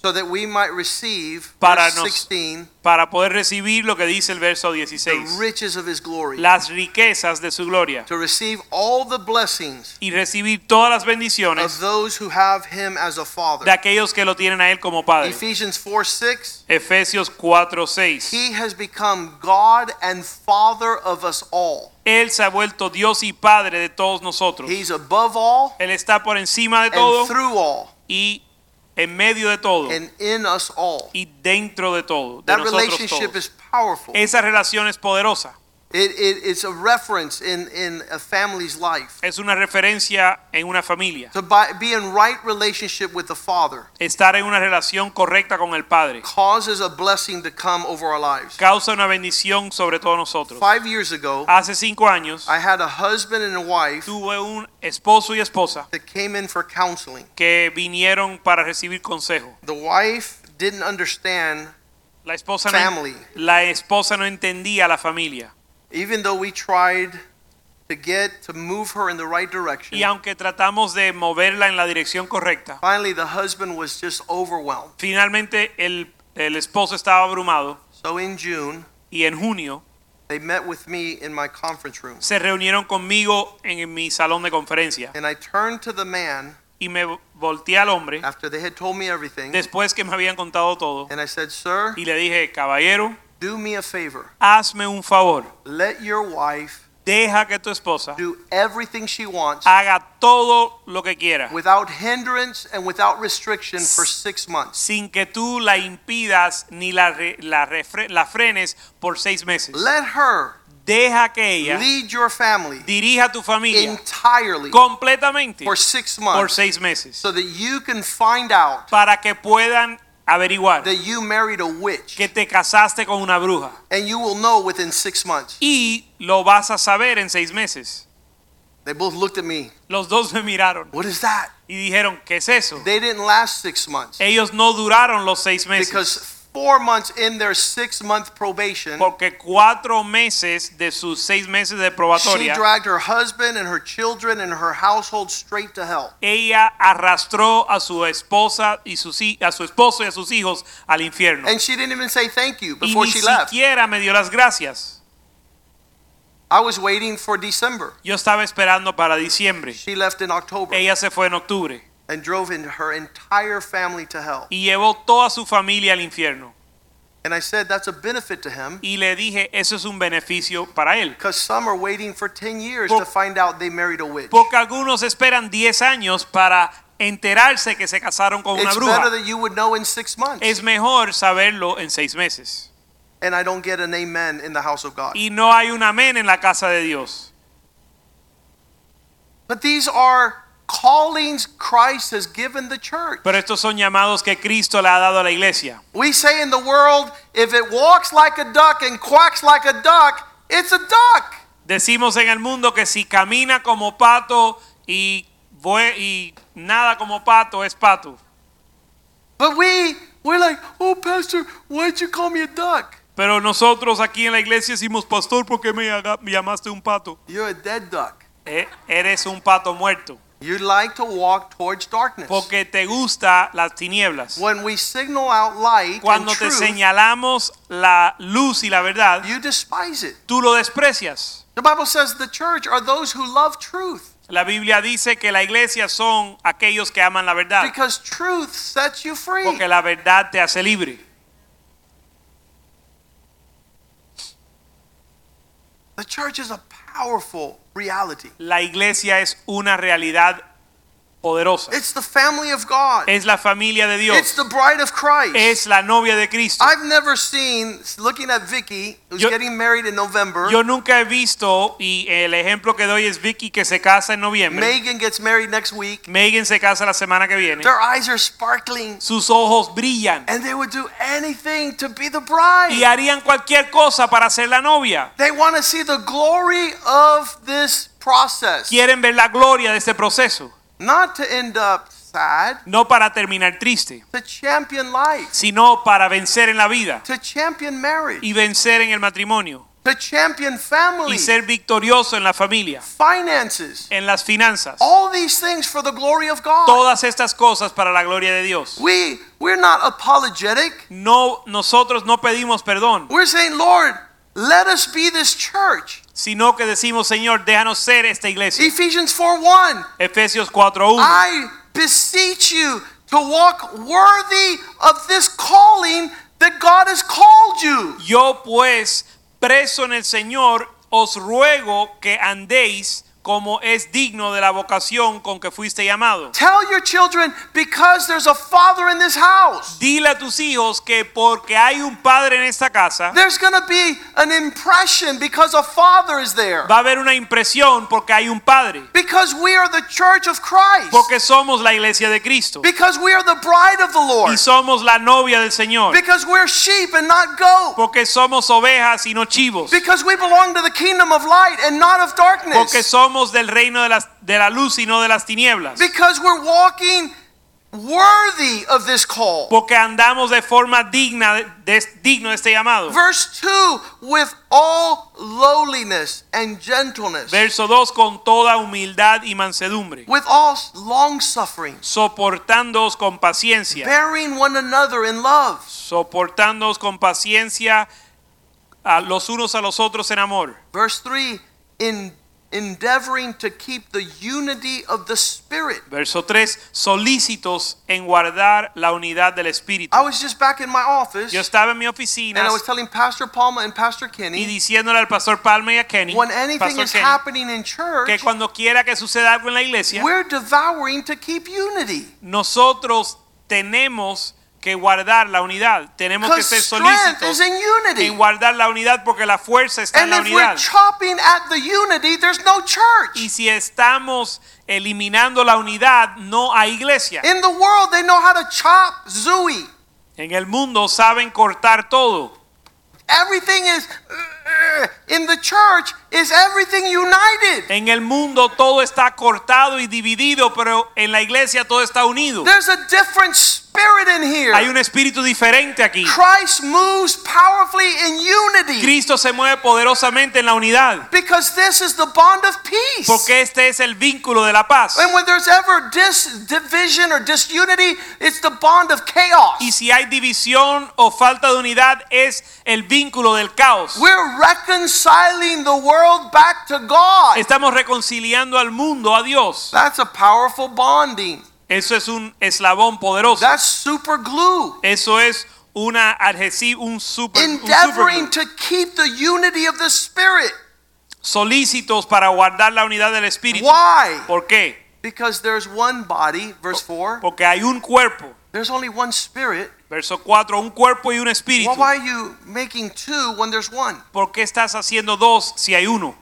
Speaker 1: so that we might receive
Speaker 2: Para
Speaker 1: verse
Speaker 2: nos-
Speaker 1: 16
Speaker 2: para poder recibir lo que dice el verso
Speaker 1: the
Speaker 2: 16,
Speaker 1: riches of his glory
Speaker 2: las riquezas de su gloria
Speaker 1: to receive all the blessings
Speaker 2: y recibir todas las
Speaker 1: of
Speaker 2: bendiciones
Speaker 1: those who have him as a father.
Speaker 2: de aquellos que lo tienen a Él como Padre.
Speaker 1: Ephesians 4 6,
Speaker 2: Efesios 4, 6.
Speaker 1: he has become God and Father of us all.
Speaker 2: Él se ha vuelto Dios y Padre de todos nosotros.
Speaker 1: He's above all
Speaker 2: Él está por encima de
Speaker 1: and
Speaker 2: todo
Speaker 1: through all
Speaker 2: y en medio de todo
Speaker 1: and in us all.
Speaker 2: y dentro de todo. De
Speaker 1: That
Speaker 2: nosotros
Speaker 1: relationship
Speaker 2: todos.
Speaker 1: is powerful.
Speaker 2: Esa relación es poderosa.
Speaker 1: It, it, it's a reference in, in a family's life
Speaker 2: Es una referencia en una familia.
Speaker 1: to by, be in right relationship with the Father
Speaker 2: Estar en una relación correcta con el Padre
Speaker 1: causes a blessing to come over our lives.
Speaker 2: causa una bendición sobre todos nosotros.
Speaker 1: Five years ago,
Speaker 2: Hace cinco años
Speaker 1: I had a husband and a wife
Speaker 2: tuve un esposo y esposa
Speaker 1: that came in for counseling.
Speaker 2: que vinieron para recibir consejo.
Speaker 1: The wife didn't understand,
Speaker 2: La esposa no,
Speaker 1: Family.
Speaker 2: la esposa no entendía a la familia.
Speaker 1: even though we tried to get to move her in the right direction.
Speaker 2: Y aunque tratamos de moverla en la dirección correcta,
Speaker 1: Finally, the husband was just overwhelmed.
Speaker 2: finalmente el, el esposo estaba abrumado
Speaker 1: So in June,
Speaker 2: y en junio
Speaker 1: they met with me in my conference room.
Speaker 2: se reunieron conmigo en mi salón de conferencia
Speaker 1: And I turned to the man
Speaker 2: y me volteé al hombre
Speaker 1: after they had told me everything.
Speaker 2: después que me habían contado todo
Speaker 1: And I said, Sir,
Speaker 2: y le dije, caballero,
Speaker 1: do me a favor.
Speaker 2: hazme un favor,
Speaker 1: Let your wife
Speaker 2: deja que tu esposa
Speaker 1: do everything she wants
Speaker 2: haga todo lo que quiera
Speaker 1: without hindrance and without restriction for six months.
Speaker 2: sin que tú la impidas ni la, re- la, refre- la frenes por seis meses.
Speaker 1: Let her
Speaker 2: Deja que ella
Speaker 1: lead your family
Speaker 2: dirija tu familia
Speaker 1: entirely
Speaker 2: completamente
Speaker 1: for six
Speaker 2: por
Speaker 1: months
Speaker 2: seis meses
Speaker 1: so that you can find out
Speaker 2: para que puedan averiguar
Speaker 1: that you married a witch
Speaker 2: que te casaste con una bruja
Speaker 1: and you will know within six months.
Speaker 2: y lo vas a saber en seis meses.
Speaker 1: They both looked at me.
Speaker 2: Los dos me miraron
Speaker 1: What is that?
Speaker 2: y dijeron, ¿qué es eso?
Speaker 1: They didn't last six months
Speaker 2: Ellos no duraron los seis meses
Speaker 1: because four months in their six month probation,
Speaker 2: porque cuatro meses de sus seis meses de
Speaker 1: she
Speaker 2: probatoria
Speaker 1: dragged her husband and her children and her household straight to hell.
Speaker 2: ella arrastró a su esposa y sus hi- a su esposo y a sus hijos al infierno.
Speaker 1: And she didn't even say thank you
Speaker 2: Y
Speaker 1: before
Speaker 2: ni
Speaker 1: she left.
Speaker 2: siquiera me dio las gracias.
Speaker 1: I was waiting for December.
Speaker 2: Yo estaba esperando para diciembre.
Speaker 1: She left in October
Speaker 2: Ella se fue en octubre
Speaker 1: and drove in her entire family to hell.
Speaker 2: y llevó toda su familia al infierno.
Speaker 1: And I said that's a benefit to him
Speaker 2: Y le dije, eso es un beneficio para él.
Speaker 1: because some are waiting for 10 years
Speaker 2: Po-
Speaker 1: to find out they married a witch.
Speaker 2: Porque algunos esperan 10 años para enterarse que se casaron con una
Speaker 1: It's
Speaker 2: bruja.
Speaker 1: better that you would know in six months.
Speaker 2: Es mejor saberlo en seis meses.
Speaker 1: And I don't get an amen in the house of God.
Speaker 2: Y no hay un amén en la casa de Dios.
Speaker 1: But these are callings Christ has given the church.
Speaker 2: Pero estos son llamados que Cristo le ha dado a la iglesia.
Speaker 1: We say in the world, if it walks like a duck and quacks like a duck, it's a duck.
Speaker 2: Decimos en el mundo que si camina como pato y, vue- y nada como pato es pato.
Speaker 1: But we, we're like, oh, Pastor, why'd you call me a duck?
Speaker 2: Pero nosotros aquí en la iglesia decimos, pastor, ¿por qué me, haga- me llamaste un pato?
Speaker 1: You're a dead duck.
Speaker 2: Eh, eres un pato muerto.
Speaker 1: You like to walk towards darkness.
Speaker 2: Porque te gusta las tinieblas.
Speaker 1: When we signal out light and
Speaker 2: Cuando te
Speaker 1: truth,
Speaker 2: señalamos la luz y la verdad,
Speaker 1: you despise it.
Speaker 2: tú lo desprecias.
Speaker 1: The Bible says the church are those who love truth
Speaker 2: La Biblia dice que la iglesia son aquellos que aman la verdad.
Speaker 1: because truth sets you free.
Speaker 2: Porque la verdad te hace libre.
Speaker 1: The church is a powerful reality.
Speaker 2: La iglesia es una realidad poderosa.
Speaker 1: It's the family of God.
Speaker 2: Es la familia de
Speaker 1: It's
Speaker 2: Dios.
Speaker 1: the bride of Christ.
Speaker 2: Es la novia de Cristo.
Speaker 1: I've never seen looking at Vicky, who's
Speaker 2: Yo-
Speaker 1: getting married in November.
Speaker 2: Yo nunca he visto, y el ejemplo que doy es Vicky que se casa en noviembre.
Speaker 1: Megan gets married next week.
Speaker 2: Megan se casa la semana que viene.
Speaker 1: Their eyes are sparkling,
Speaker 2: Sus ojos brillan.
Speaker 1: and they would do anything to be the
Speaker 2: Y
Speaker 1: bride.
Speaker 2: harían cualquier cosa para ser la novia.
Speaker 1: They want to see the glory of this process,
Speaker 2: Quieren ver la gloria de este proceso.
Speaker 1: not to end up sad,
Speaker 2: No para terminar triste,
Speaker 1: to champion life,
Speaker 2: sino para vencer en la vida.
Speaker 1: to champion marriage,
Speaker 2: Y vencer en el matrimonio.
Speaker 1: to champion family,
Speaker 2: Y ser victorioso en la familia.
Speaker 1: finances,
Speaker 2: En las finanzas.
Speaker 1: all these things for the glory of God.
Speaker 2: todas estas cosas para la gloria de Dios.
Speaker 1: We we're not apologetic.
Speaker 2: No, nosotros no pedimos perdón,
Speaker 1: We're saying, Lord, let us be this church.
Speaker 2: sino que decimos, Señor, déjanos ser esta iglesia.
Speaker 1: Ephesians 4 1.
Speaker 2: Efesios 4:1.
Speaker 1: I beseech you to walk worthy of this calling that God has called you.
Speaker 2: Yo pues, preso en el Señor, os ruego que andéis como es digno de la vocación con que fuiste llamado.
Speaker 1: Tell your children because there's a father in this house.
Speaker 2: Dile a tus hijos que porque hay un padre en esta casa,
Speaker 1: There's going to be an impression because a father is there.
Speaker 2: va a haber una impresión porque hay un padre,
Speaker 1: Because we are the church of Christ.
Speaker 2: porque somos la iglesia de Cristo
Speaker 1: Because we are the bride of the Lord.
Speaker 2: y somos la novia del Señor,
Speaker 1: Because we're sheep and not goats.
Speaker 2: porque somos ovejas y no chivos,
Speaker 1: Because we belong to the kingdom of light and not of
Speaker 2: porque
Speaker 1: darkness.
Speaker 2: somos del reino de, las- de la luz y no de las tinieblas,
Speaker 1: Because we're walking worthy of this call.
Speaker 2: porque andamos de forma digna de, de- digno de este llamado.
Speaker 1: Verse 2 with all lowliness and gentleness,
Speaker 2: Verso 2, con toda humildad y mansedumbre,
Speaker 1: with all long suffering,
Speaker 2: soportándoos con paciencia.
Speaker 1: bearing one another in love.
Speaker 2: soportándoos con paciencia a los unos a los otros en amor.
Speaker 1: Verse 3 in endeavoring to keep the unity of the Spirit.
Speaker 2: Verso 3, solícitos en guardar la unidad del espíritu.
Speaker 1: I was just back in my office
Speaker 2: Yo estaba en mi
Speaker 1: and
Speaker 2: oficina
Speaker 1: I was telling Pastor Palma and Pastor
Speaker 2: y
Speaker 1: Kenny
Speaker 2: diciéndole al pastor Palma y a Kenny,
Speaker 1: when anything
Speaker 2: pastor
Speaker 1: is
Speaker 2: Kenny,
Speaker 1: happening in
Speaker 2: que
Speaker 1: church,
Speaker 2: cuando quiera que suceda algo en la iglesia,
Speaker 1: we're devouring to keep unity.
Speaker 2: nosotros tenemos que guardar la unidad, tenemos que
Speaker 1: Because
Speaker 2: ser
Speaker 1: strength is
Speaker 2: solícitos
Speaker 1: in unity.
Speaker 2: en guardar la unidad porque la fuerza está en
Speaker 1: And
Speaker 2: la
Speaker 1: if we're
Speaker 2: unidad.
Speaker 1: chopping at the unity, there's no
Speaker 2: Y
Speaker 1: church.
Speaker 2: si estamos eliminando la unidad, no hay iglesia.
Speaker 1: In the world, they know how to chop zooey.
Speaker 2: En el mundo saben cortar todo.
Speaker 1: Everything is uh, in the church is everything united.
Speaker 2: En el mundo todo está cortado y dividido, pero en la iglesia todo está unido.
Speaker 1: There's a different spirit in
Speaker 2: Hay
Speaker 1: here.
Speaker 2: un espíritu diferente aquí.
Speaker 1: Christ moves powerfully in unity
Speaker 2: Cristo se mueve poderosamente en la unidad,
Speaker 1: because this is the bond of peace.
Speaker 2: porque este es el vínculo de la paz.
Speaker 1: And when there's ever dis division or disunity, it's the bond of chaos.
Speaker 2: Y si hay división o falta de unidad, es el vínculo del caos.
Speaker 1: We're reconciling the world back to God.
Speaker 2: Estamos reconciliando al mundo a Dios.
Speaker 1: That's a powerful bonding.
Speaker 2: Eso es un eslabón poderoso.
Speaker 1: That's super glue.
Speaker 2: Eso es una adhesivo, un super, un
Speaker 1: Endeavoring
Speaker 2: superglue.
Speaker 1: to keep the unity of the Spirit.
Speaker 2: solícitos para guardar la unidad del espíritu.
Speaker 1: Why?
Speaker 2: ¿Por qué?
Speaker 1: Because there's one body, verse 4.
Speaker 2: Porque hay un cuerpo.
Speaker 1: There's only one Spirit.
Speaker 2: Verso 4, un cuerpo y un espíritu.
Speaker 1: Well, why are you making two when there's one?
Speaker 2: ¿Por qué estás haciendo dos si hay uno?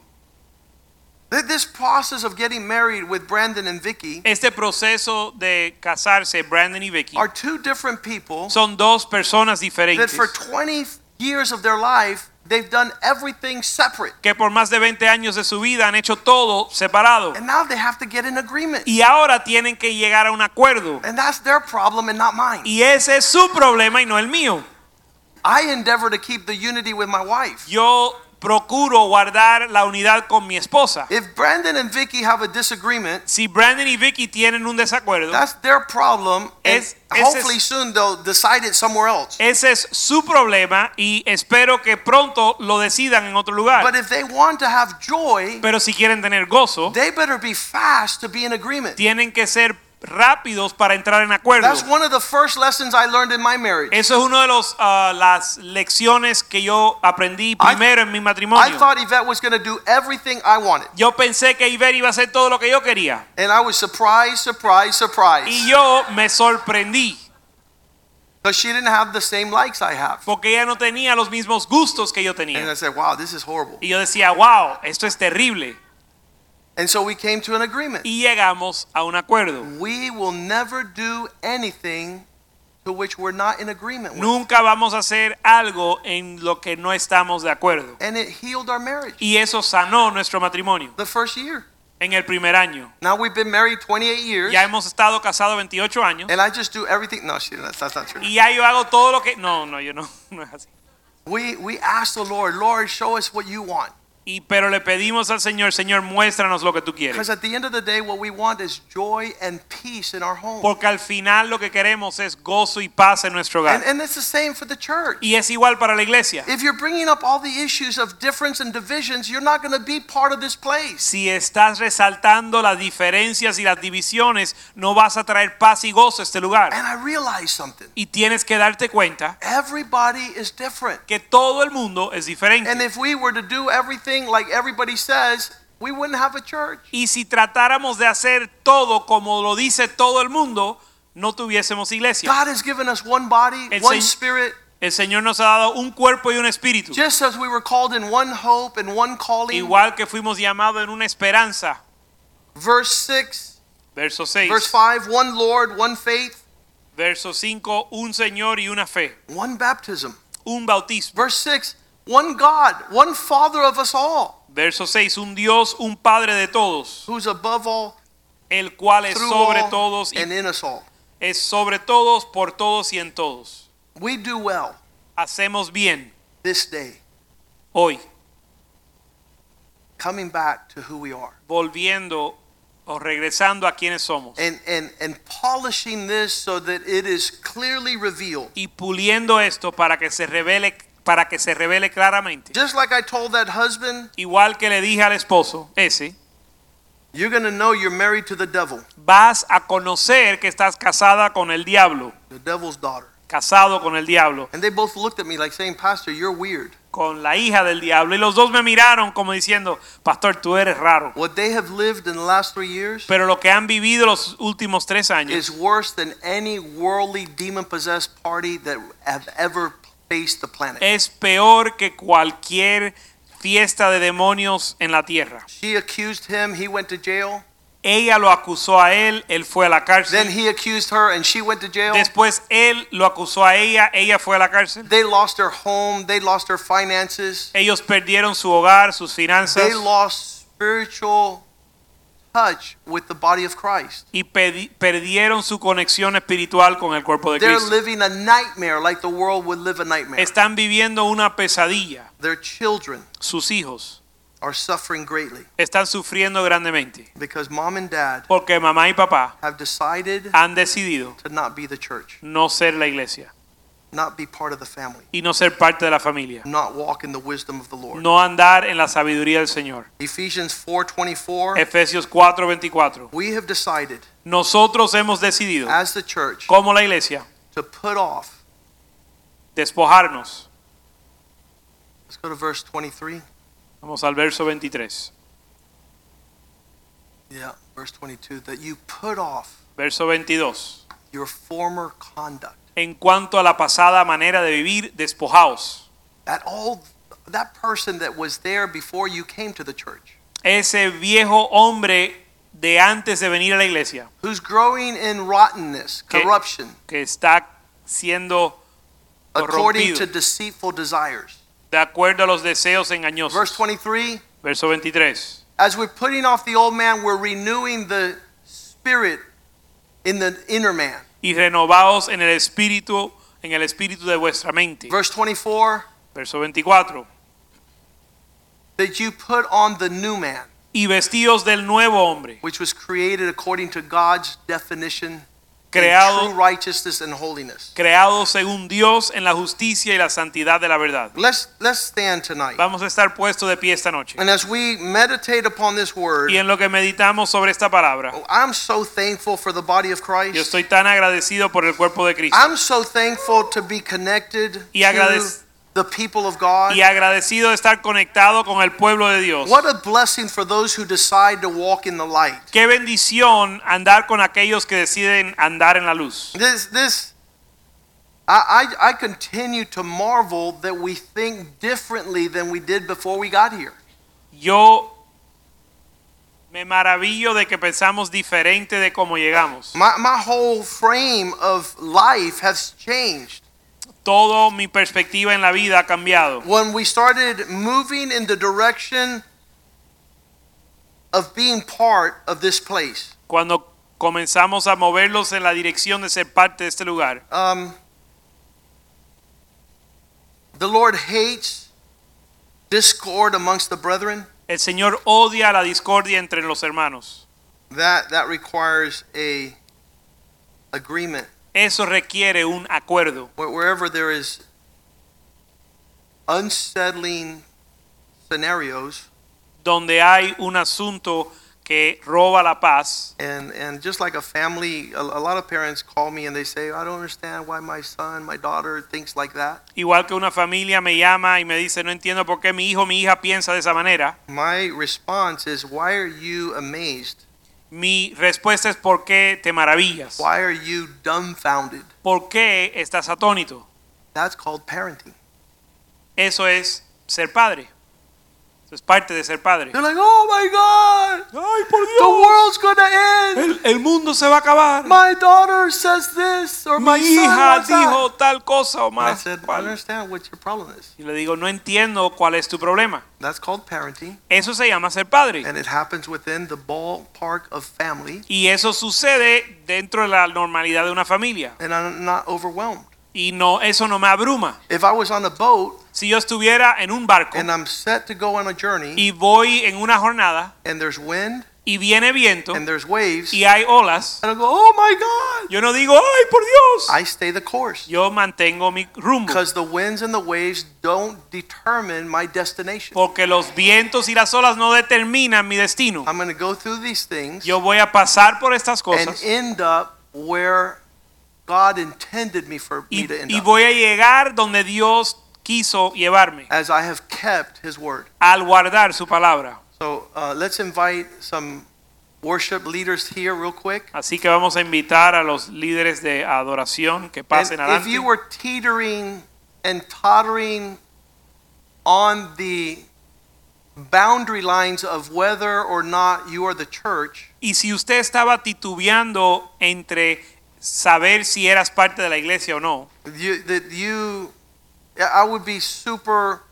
Speaker 1: Th- This process of getting married with Brandon and Vicky
Speaker 2: Este proceso de casarse, Brandon y Becky,
Speaker 1: are two different people
Speaker 2: son dos personas
Speaker 1: that
Speaker 2: diferentes
Speaker 1: for 20 years of their life, they've done everything separate.
Speaker 2: que por más de 20 años de su vida han hecho todo separado
Speaker 1: And now they have to get in agreement.
Speaker 2: y ahora tienen que llegar a un acuerdo.
Speaker 1: And that's their problem and not mine.
Speaker 2: Y ese es su problema y no el mío.
Speaker 1: I endeavor to keep the unity with my wife.
Speaker 2: Yo procuro guardar la unidad con mi esposa.
Speaker 1: If Brandon and Vicky have a disagreement,
Speaker 2: Si Brandon y Vicky tienen un desacuerdo,
Speaker 1: that's their problem. And
Speaker 2: Es- ese es-
Speaker 1: hopefully soon they'll decide it somewhere else.
Speaker 2: Ese es su problema y espero que pronto lo decidan en otro
Speaker 1: But
Speaker 2: lugar.
Speaker 1: if they want to have joy,
Speaker 2: Pero si quieren tener gozo,
Speaker 1: they better be fast to be in agreement.
Speaker 2: tienen que ser rápidos para entrar en acuerdo.
Speaker 1: That's one of the first lessons I learned in my marriage.
Speaker 2: Eso es una de los, ah, las lecciones que yo aprendí primero en mi
Speaker 1: I
Speaker 2: matrimonio.
Speaker 1: thought Yvette was going to do everything I wanted.
Speaker 2: Yo pensé que Iber iba a hacer todo lo que yo quería.
Speaker 1: And I was surprised, surprised,
Speaker 2: Y
Speaker 1: surprised.
Speaker 2: yo me sorprendí
Speaker 1: Because she didn't have the same likes I have.
Speaker 2: porque ella no tenía los mismos gustos que yo
Speaker 1: And I
Speaker 2: tenía.
Speaker 1: said, wow, this is horrible.
Speaker 2: Y yo decía, wow, esto es terrible.
Speaker 1: And so we came to an agreement.
Speaker 2: Y llegamos a un acuerdo.
Speaker 1: We will never do anything to which we're not in agreement with.
Speaker 2: Nunca vamos a hacer algo en lo que no estamos de acuerdo.
Speaker 1: And it healed our marriage
Speaker 2: Y eso sanó nuestro matrimonio
Speaker 1: the first year.
Speaker 2: en el primer año.
Speaker 1: Now we've been married 28 years,
Speaker 2: Ya hemos estado casados 28 años
Speaker 1: and I just do everything. No, she, that's, that's not true.
Speaker 2: y ya yo hago todo lo que... No, no, yo no, no es así.
Speaker 1: We, we asked the Lord, Lord, show us what you want.
Speaker 2: Y, pero le pedimos al Señor, Señor, muéstranos lo que tú quieres.
Speaker 1: Because at the end of the day, what we want is joy and peace in our home.
Speaker 2: Porque al final lo que queremos es gozo y paz en nuestro
Speaker 1: And,
Speaker 2: hogar.
Speaker 1: and it's the same for the church.
Speaker 2: Y es igual para la iglesia.
Speaker 1: If you're bringing up all the issues of difference and divisions, you're not going to be part of this place.
Speaker 2: Si estás resaltando las diferencias y las divisiones, no vas a traer paz y gozo a este lugar.
Speaker 1: And I realized something
Speaker 2: Y tienes que darte cuenta
Speaker 1: everybody is different.
Speaker 2: que todo el mundo es diferente.
Speaker 1: And if we were to do everything like everybody says, we wouldn't have a church.
Speaker 2: Y si tratáramos de hacer todo como lo dice todo el mundo, no tuviésemos iglesia.
Speaker 1: God has given us one body,
Speaker 2: El
Speaker 1: one
Speaker 2: Señ-
Speaker 1: spirit,
Speaker 2: El Señor nos ha dado un cuerpo y un espíritu.
Speaker 1: just as we were called in one hope and one calling.
Speaker 2: Igual que fuimos llamados en una esperanza.
Speaker 1: Verse 6,
Speaker 2: Verso 6.
Speaker 1: verse 5, one Lord, one faith,
Speaker 2: Verso 5. Un Señor y una fe.
Speaker 1: one baptism.
Speaker 2: Un bautismo.
Speaker 1: Verse 6, one God, one Father of us all,
Speaker 2: Verso 6. Un Dios, un Padre de todos.
Speaker 1: who's above all,
Speaker 2: El cual es
Speaker 1: through
Speaker 2: sobre
Speaker 1: all,
Speaker 2: todos y
Speaker 1: and in us all.
Speaker 2: es sobre todos, por todos y en todos.
Speaker 1: We do well
Speaker 2: Hacemos bien
Speaker 1: this day,
Speaker 2: hoy,
Speaker 1: coming back to who we are
Speaker 2: volviendo o regresando a quienes somos.
Speaker 1: and, and, and polishing this so that it is clearly revealed.
Speaker 2: y puliendo esto para que se revele para que se revele claramente.
Speaker 1: Just like I told that husband,
Speaker 2: Igual que le dije al esposo, ese,
Speaker 1: you're going to know you're married to the devil,
Speaker 2: vas a conocer que estás casada con el diablo,
Speaker 1: the devil's daughter.
Speaker 2: casado con el diablo,
Speaker 1: And they both looked at me like saying, Pastor, you're weird.
Speaker 2: con la hija del diablo y los dos me miraron como diciendo, "Pastor, tú eres raro."
Speaker 1: What they have lived in the last three years
Speaker 2: Pero lo que han vivido los últimos tres años
Speaker 1: is worse than any worldly demon possessed party that have ever faced the planet.
Speaker 2: es peor que cualquier fiesta de demonios en la tierra.
Speaker 1: She accused him, he went to jail.
Speaker 2: Ella lo acusó a él, él fue a la
Speaker 1: Then
Speaker 2: cárcel.
Speaker 1: he accused her and she went to jail.
Speaker 2: Después él lo acusó a ella, ella fue a la cárcel.
Speaker 1: They lost their home, they lost their finances,
Speaker 2: Ellos perdieron su hogar, sus finanzas
Speaker 1: they lost spiritual touch with the body of Christ.
Speaker 2: y pedi- perdieron su conexión espiritual con el cuerpo de
Speaker 1: They're
Speaker 2: Cristo.
Speaker 1: living a nightmare like the world would live a nightmare.
Speaker 2: Están viviendo una pesadilla.
Speaker 1: Their children
Speaker 2: Sus hijos
Speaker 1: are suffering greatly
Speaker 2: están sufriendo grandemente
Speaker 1: because mom and dad
Speaker 2: porque mamá y papá
Speaker 1: have decided
Speaker 2: han decidido
Speaker 1: to not be the church,
Speaker 2: no ser la iglesia
Speaker 1: not be part of the family,
Speaker 2: y no ser parte de la familia,
Speaker 1: not walk in the wisdom of the Lord.
Speaker 2: no andar en la sabiduría del Señor.
Speaker 1: Ephesians 4:24
Speaker 2: Efesios 4:24.
Speaker 1: We have decided
Speaker 2: Nosotros hemos decidido
Speaker 1: as the church
Speaker 2: como la iglesia
Speaker 1: to put off
Speaker 2: despojarnos.
Speaker 1: Let's go to verse 23.
Speaker 2: Vamos al verso 23.
Speaker 1: Yeah, verse 22 that you put off
Speaker 2: Verso 22.
Speaker 1: your former conduct.
Speaker 2: en cuanto a la pasada manera de vivir, despojaos.
Speaker 1: That old that person that was there before you came to the church,
Speaker 2: Ese viejo hombre de antes de venir a la iglesia,
Speaker 1: who's growing in rottenness,
Speaker 2: Que-
Speaker 1: corruption,
Speaker 2: que está siendo
Speaker 1: according
Speaker 2: corrompido.
Speaker 1: to deceitful desires.
Speaker 2: de acuerdo a los deseos engañosos.
Speaker 1: Verse 23
Speaker 2: Verso 23.
Speaker 1: As we're putting off the old man, we're renewing the spirit in the inner man.
Speaker 2: Y renovaos en el espíritu, en el espíritu de vuestra mente.
Speaker 1: Verse 24
Speaker 2: Verso 24.
Speaker 1: that you put on the new man,
Speaker 2: Y vestíos del nuevo hombre,
Speaker 1: which was created according to God's definition in
Speaker 2: creado,
Speaker 1: true righteousness and holiness.
Speaker 2: creado según Dios en la justicia y la santidad de la verdad.
Speaker 1: Let's let's stand tonight.
Speaker 2: Vamos a estar puestos de pie esta noche.
Speaker 1: And as we meditate upon this word,
Speaker 2: Y en lo que meditamos sobre esta palabra,
Speaker 1: I'm so thankful for the body of Christ.
Speaker 2: Yo estoy tan agradecido por el cuerpo de Cristo
Speaker 1: I'm so thankful to be connected
Speaker 2: Y agradec-
Speaker 1: to the people of God.
Speaker 2: y agradecido de estar conectado con el pueblo de Dios.
Speaker 1: Ah, What a blessing for those who decide to walk in the light.
Speaker 2: Qué bendición andar con aquellos que deciden andar en la luz.
Speaker 1: This this I, I I continue to marvel that we think differently than we did before we got here.
Speaker 2: Yo me maravillo de que pensamos diferente de cómo llegamos.
Speaker 1: My my whole frame of life has changed.
Speaker 2: Todo mi perspectiva en la vida ha cambiado.
Speaker 1: When we started moving in the direction of being part of this place.
Speaker 2: Cuando comenzamos a moverlos en la dirección de ser parte de este lugar,
Speaker 1: Um, the Lord hates discord amongst the brethren.
Speaker 2: el Señor odia la discordia entre los hermanos.
Speaker 1: That that requires a agreement.
Speaker 2: Eso requiere un acuerdo.
Speaker 1: Where- wherever there is unsettling scenarios,
Speaker 2: donde hay un asunto que roba la paz.
Speaker 1: And, and just like a family, a, a lot of parents call me and they say, I don't understand why my son, my daughter thinks like that.
Speaker 2: Igual que una familia me llama y me dice, no entiendo por qué mi hijo o mi hija piensa de esa manera.
Speaker 1: My response is, Why are you amazed?
Speaker 2: Mi respuesta es, ¿por qué te maravillas?
Speaker 1: Why are you dumbfounded?
Speaker 2: ¿Por qué estás atónito?
Speaker 1: That's called parenting.
Speaker 2: Eso es ser padre. Eso es parte de ser padre.
Speaker 1: They're like, Oh my God,
Speaker 2: ¡Ay, por
Speaker 1: the world's gonna end.
Speaker 2: El, el mundo se va a acabar.
Speaker 1: My daughter says this, or my
Speaker 2: Mi
Speaker 1: son
Speaker 2: hija
Speaker 1: wants that.
Speaker 2: dijo tal cosa o
Speaker 1: I
Speaker 2: más.
Speaker 1: said, I
Speaker 2: Vale.
Speaker 1: understand what your problem is.
Speaker 2: Y le digo, no entiendo cuál es tu problema.
Speaker 1: That's called parenting,
Speaker 2: Eso se llama ser padre.
Speaker 1: and it happens within the ballpark of family,
Speaker 2: Y eso sucede dentro de la normalidad de una familia.
Speaker 1: and I'm not overwhelmed.
Speaker 2: Y no, eso no me abruma.
Speaker 1: If I was on a boat
Speaker 2: Si yo estuviera en un barco
Speaker 1: and I'm set to go on a journey,
Speaker 2: y voy en una jornada
Speaker 1: and there's wind
Speaker 2: y viene viento
Speaker 1: and there's waves,
Speaker 2: y hay olas,
Speaker 1: and I go, oh my God,
Speaker 2: yo no digo, ay, por Dios.
Speaker 1: I stay the course.
Speaker 2: Yo mantengo mi rumbo.
Speaker 1: Because the winds and the waves don't determine my destination.
Speaker 2: Porque los vientos y las olas no determinan mi destino.
Speaker 1: I'm going to go through these things
Speaker 2: Yo voy a pasar por estas
Speaker 1: and
Speaker 2: cosas
Speaker 1: end up where God intended me for me
Speaker 2: y,
Speaker 1: to end
Speaker 2: y
Speaker 1: up.
Speaker 2: voy a llegar donde Dios quiso llevarme,
Speaker 1: as I have kept His word.
Speaker 2: al guardar su palabra.
Speaker 1: So uh, let's invite some worship leaders here, real quick.
Speaker 2: Así que vamos a invitar a los líderes de adoración que pasen
Speaker 1: And if
Speaker 2: adelante.
Speaker 1: you were teetering and tottering on the boundary lines of whether or not you are the church,
Speaker 2: Y si usted estaba titubeando entre saber si eras parte de la iglesia o no,
Speaker 1: you, that you, I would be super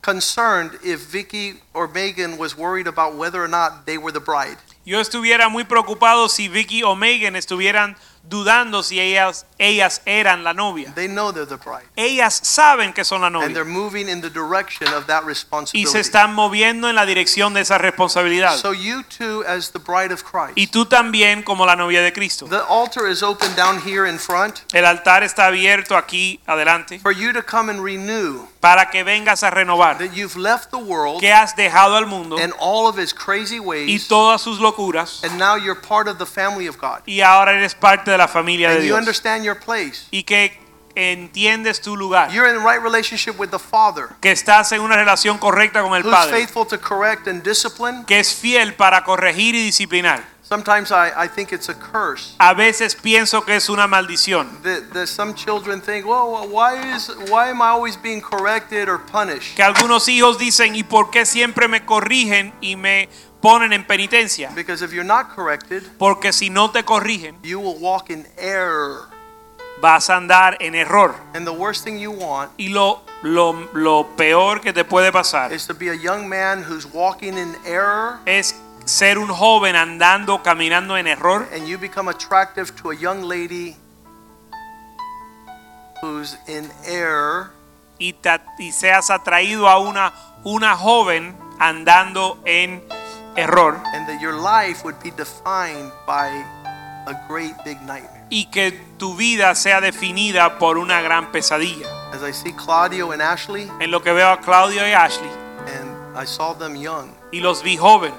Speaker 1: concerned if Vicky or Megan was worried about whether or not they were the bride.
Speaker 2: yo estuviera muy preocupado si Vicky o Megan estuvieran dudando si ellas, ellas eran la novia.
Speaker 1: They know they're the bride,
Speaker 2: Ellas saben que son la
Speaker 1: and they're
Speaker 2: novia
Speaker 1: moving in the direction of that
Speaker 2: y se
Speaker 1: responsibility.
Speaker 2: están moviendo en la dirección de esa responsabilidad.
Speaker 1: So you too, as the bride of Christ,
Speaker 2: Y tú también como la novia de Cristo.
Speaker 1: the altar is open down here in front
Speaker 2: El altar está abierto aquí adelante
Speaker 1: for you to come and renew
Speaker 2: para que vengas a renovar
Speaker 1: that you've left the world
Speaker 2: que has dejado al mundo
Speaker 1: and all of its crazy
Speaker 2: y
Speaker 1: ways,
Speaker 2: todas sus locuras
Speaker 1: and now you're part of the family of God,
Speaker 2: y ahora eres parte de la familia de
Speaker 1: and you
Speaker 2: Dios
Speaker 1: understand your place.
Speaker 2: y que entiendes tu lugar,
Speaker 1: You're in right relationship with the Father,
Speaker 2: que estás en una relación correcta con el
Speaker 1: who's
Speaker 2: Padre,
Speaker 1: faithful to correct and discipline.
Speaker 2: que es fiel para corregir y disciplinar.
Speaker 1: Sometimes I, I think it's a curse.
Speaker 2: A veces pienso que es una maldición,
Speaker 1: That, that some children think, well, why is why am I always being corrected or punished?
Speaker 2: que algunos hijos dicen, ¿y por qué siempre me corrigen y me ponen en penitencia?
Speaker 1: Because if you're not corrected,
Speaker 2: Porque si no te corrigen,
Speaker 1: you will walk in error.
Speaker 2: vas a andar en error.
Speaker 1: And the worst thing you want
Speaker 2: Y lo, lo, lo peor que te puede pasar
Speaker 1: is to be a young man who's walking in error
Speaker 2: es ser un joven andando, caminando en error
Speaker 1: and you become attractive to a young lady who's in error
Speaker 2: y, ta- y seas atraído a una, una joven andando en error
Speaker 1: and that your life would be defined by a great big nightmare.
Speaker 2: y que tu vida sea definida por una gran pesadilla.
Speaker 1: As I see Claudio and Ashley
Speaker 2: En lo que veo a Claudio y Ashley
Speaker 1: and I saw them young
Speaker 2: y los vi joven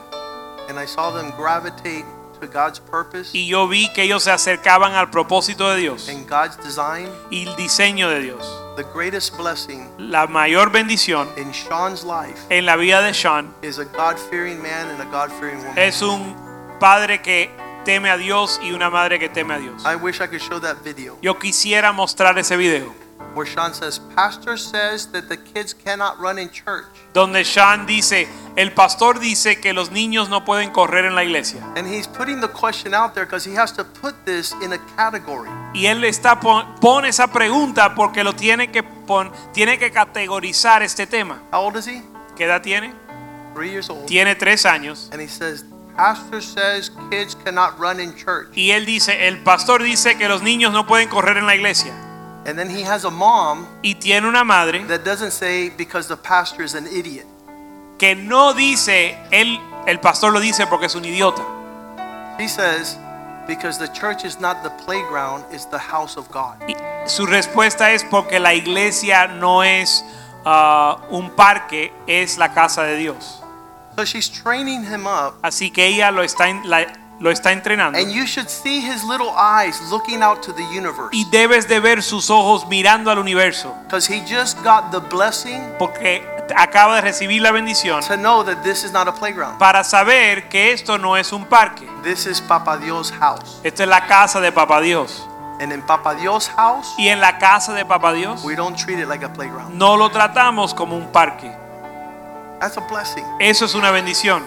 Speaker 1: and I saw them gravitate to God's purpose
Speaker 2: y yo vi que ellos se acercaban al propósito de Dios
Speaker 1: and God's design,
Speaker 2: y el diseño de Dios.
Speaker 1: the greatest blessing
Speaker 2: La mayor bendición
Speaker 1: in Sean's life
Speaker 2: en la vida de Sean
Speaker 1: is a God-fearing man and a God-fearing woman.
Speaker 2: es un padre que teme a Dios y una madre que teme a Dios.
Speaker 1: I wish I could show that video
Speaker 2: Yo quisiera mostrar ese video
Speaker 1: where Sean says, Pastor says that the kids cannot run in church.
Speaker 2: donde Sean dice, el pastor dice que los niños no pueden correr en la iglesia.
Speaker 1: And he's putting the question out there because he has to put this in a category.
Speaker 2: Y él está pon- pone esa pregunta porque lo tiene que pon- tiene que categorizar este tema.
Speaker 1: How old is he?
Speaker 2: ¿Qué edad tiene?
Speaker 1: Three years old.
Speaker 2: Tiene tres años.
Speaker 1: And he says, Pastor says kids cannot run in church.
Speaker 2: Y él dice, el pastor dice que los niños no pueden correr en la iglesia.
Speaker 1: And then he has a mom
Speaker 2: Y tiene una madre
Speaker 1: that doesn't say because the pastor is an idiot.
Speaker 2: que no dice, él, el pastor lo dice porque es un idiota.
Speaker 1: He says, because the church is not the playground, it's the house of God.
Speaker 2: Y su respuesta es porque la iglesia no es ah, un parque, es la casa de Dios.
Speaker 1: So she's training him up.
Speaker 2: Así que ella lo está, en- la- lo está entrenando.
Speaker 1: And you should see his little eyes looking out to the universe.
Speaker 2: Y debes de ver sus ojos mirando al universo,
Speaker 1: Because he just got the blessing
Speaker 2: porque acaba de recibir la bendición
Speaker 1: to know that this is not a playground.
Speaker 2: para saber que esto no es un parque.
Speaker 1: This is Papa Dios' house.
Speaker 2: Esta es la casa de Papá Dios.
Speaker 1: And in Papa Dios' house,
Speaker 2: Y en la casa de Papá Dios
Speaker 1: we don't treat it like a playground.
Speaker 2: no lo tratamos como un parque.
Speaker 1: That's a blessing.
Speaker 2: Eso es una bendición.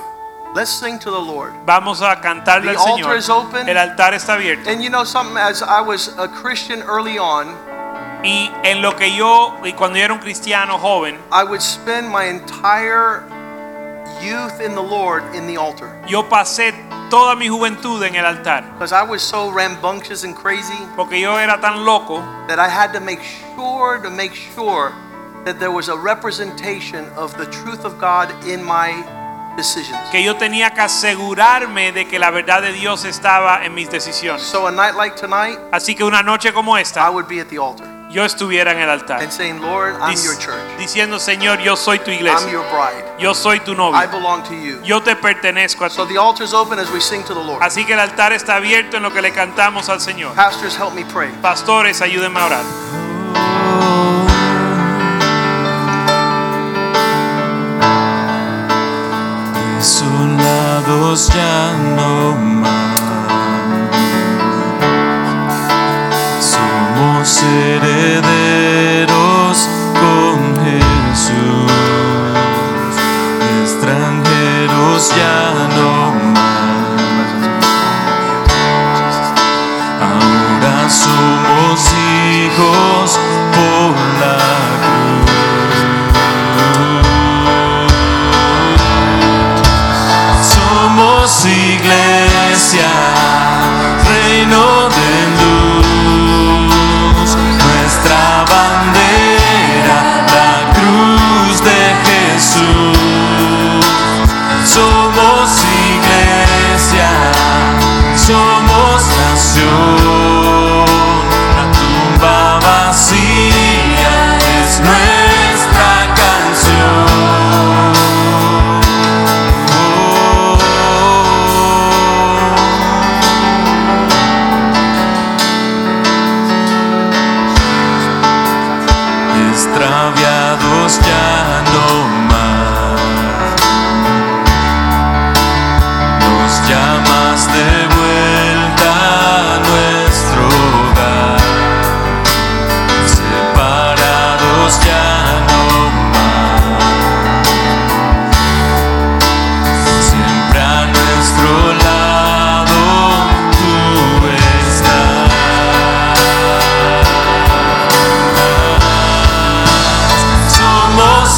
Speaker 1: Let's sing to the Lord.
Speaker 2: Vamos a cantarle
Speaker 1: The
Speaker 2: al
Speaker 1: altar
Speaker 2: Señor.
Speaker 1: is open.
Speaker 2: El altar está abierto.
Speaker 1: And you know something, as I was a Christian early on,
Speaker 2: Y en lo que yo, y cuando yo era un cristiano joven,
Speaker 1: I would spend my entire youth in the Lord in the altar.
Speaker 2: yo pasé toda mi juventud en el altar.
Speaker 1: Because I was so rambunctious and crazy
Speaker 2: Porque yo era tan loco
Speaker 1: that I had to make sure to make sure that there was a representation of the truth of God in my decisions.
Speaker 2: que yo tenía que asegurarme de que la verdad de Dios estaba en mis decisiones.
Speaker 1: So a night like tonight,
Speaker 2: Así que una noche como
Speaker 1: I
Speaker 2: esta,
Speaker 1: would be at the altar
Speaker 2: yo estuviera en el altar.
Speaker 1: and saying, Lord, I'm
Speaker 2: dic-
Speaker 1: your church.
Speaker 2: Diciendo, Señor, yo soy tu
Speaker 1: I'm
Speaker 2: iglesia.
Speaker 1: your bride.
Speaker 2: Yo soy tu
Speaker 1: I
Speaker 2: novio.
Speaker 1: belong to you.
Speaker 2: Yo te pertenezco a ti.
Speaker 1: So the altar's open as we sing to the Lord.
Speaker 2: Así que el altar está abierto en lo que le cantamos al Señor.
Speaker 1: Pastors, help me pray.
Speaker 2: Pastores, ayúdenme a orar.
Speaker 3: Desolados ya no más, somos herederos con Jesús, extranjeros ya no más, ahora somos hijos por la cruz. Somos iglesia, reino de luz, nuestra bandera, la cruz de Jesús. Somos iglesia, somos nación, la tumba vacía es nuestra canción. Extraviados ya no más, nos llamas de vuelta a nuestro hogar, separados ya no más. Siempre a nuestro lado tú estás. Somos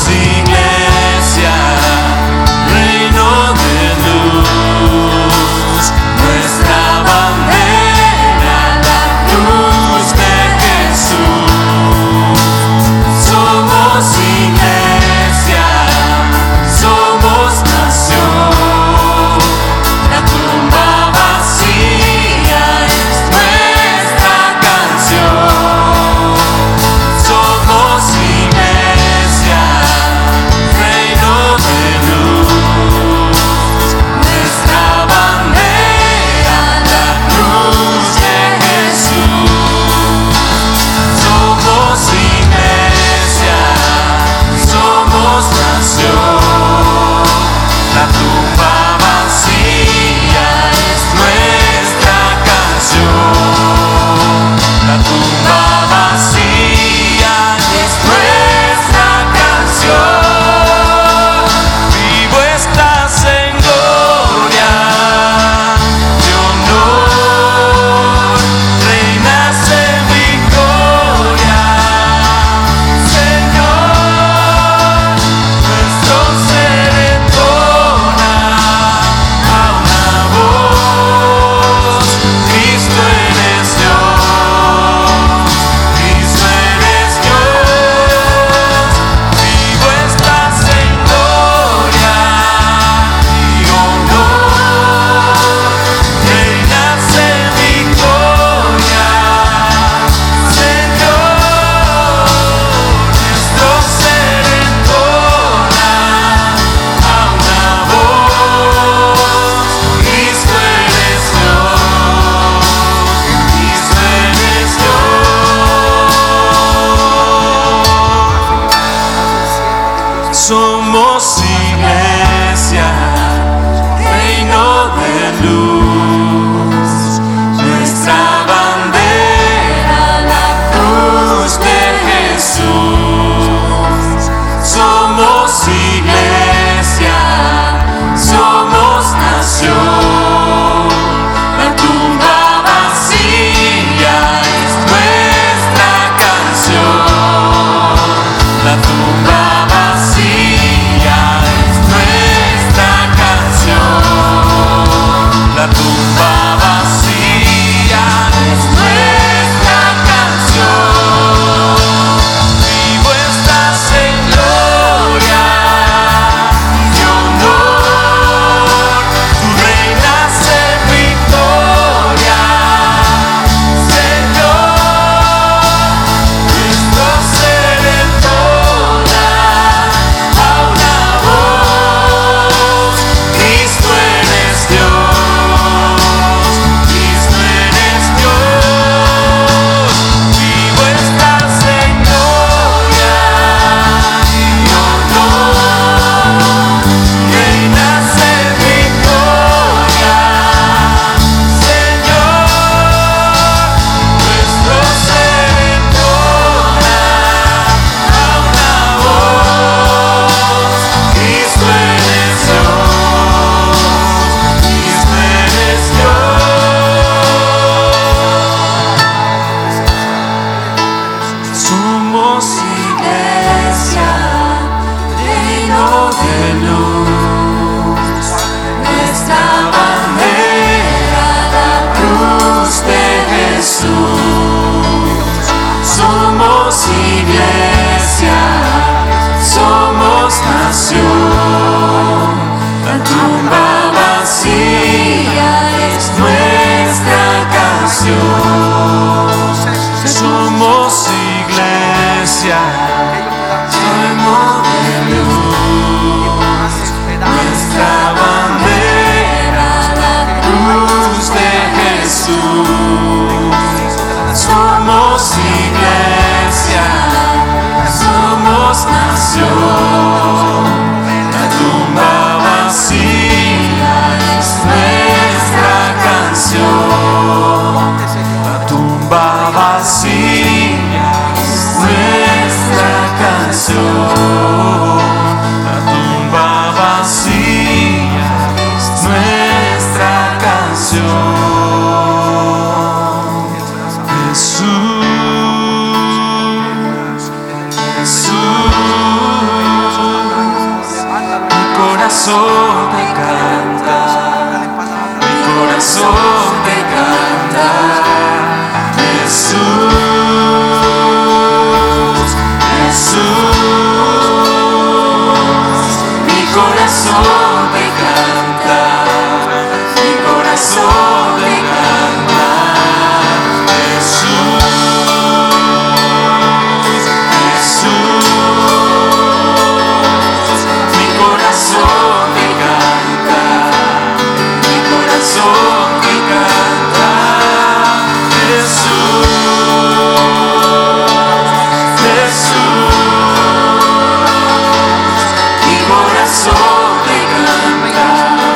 Speaker 3: somos iglesia, reino de luz, nuestra bandera, la cruz de Jesús. Somos iglesia, somos nación, la tumba vacía es nuestra canción. La tumba vacía es nuestra canción. La tumba vacía es nuestra canción. Vivo estás en gloria y honor. Tú reinas en victoria, Señor. Nuestro ser entona a una voz. Cristo eres Dios, Cristo eres Dios. Vivo estás en gloria y honor. Reinas en victoria, Señor. Nuestro ser entona a una voz. Cristo eres Dios, Cristo eres Dios. Somos iglesia, reino de luz, nuestra bandera, la cruz de Jesús. Somos iglesia, somos nación. La tumba vacía es nuestra canción. Somos iglesia, reino de luz. Nuestra bandera, la cruz de Jesús. Somos iglesia, somos nación. La tumba vacía es nuestra canción. La tumba vacía es nuestra canción. La tumba vacía es nuestra canción. Jesús, Jesús, mi corazón te canta, mi corazón te canta, Jesús, Jesús, mi corazón te canta, mi corazón te canta. Jesús, Jesús, mi corazón te canta, mi corazón te canta, Jesús, Jesús, mi corazón te canta.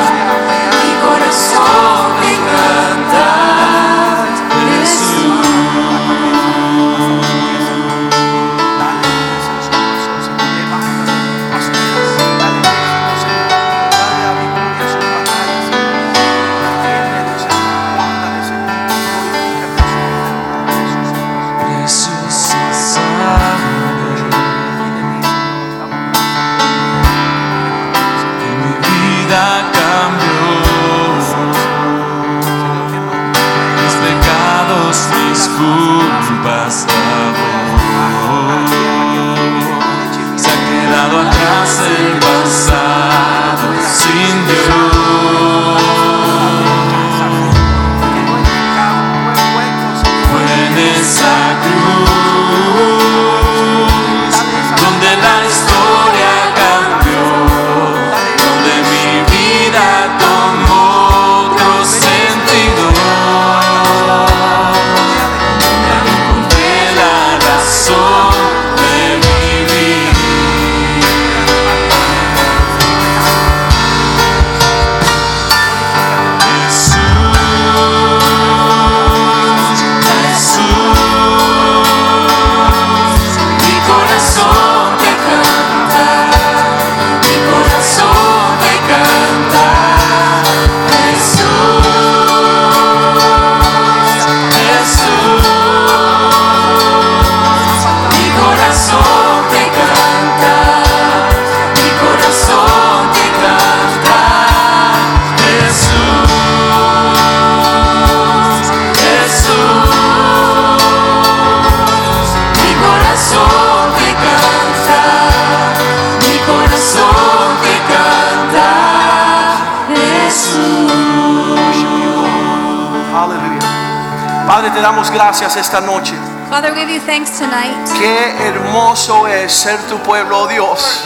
Speaker 1: te damos gracias esta noche.
Speaker 4: Father, we give you thanks tonight.
Speaker 1: Qué hermoso es ser tu pueblo, oh Dios.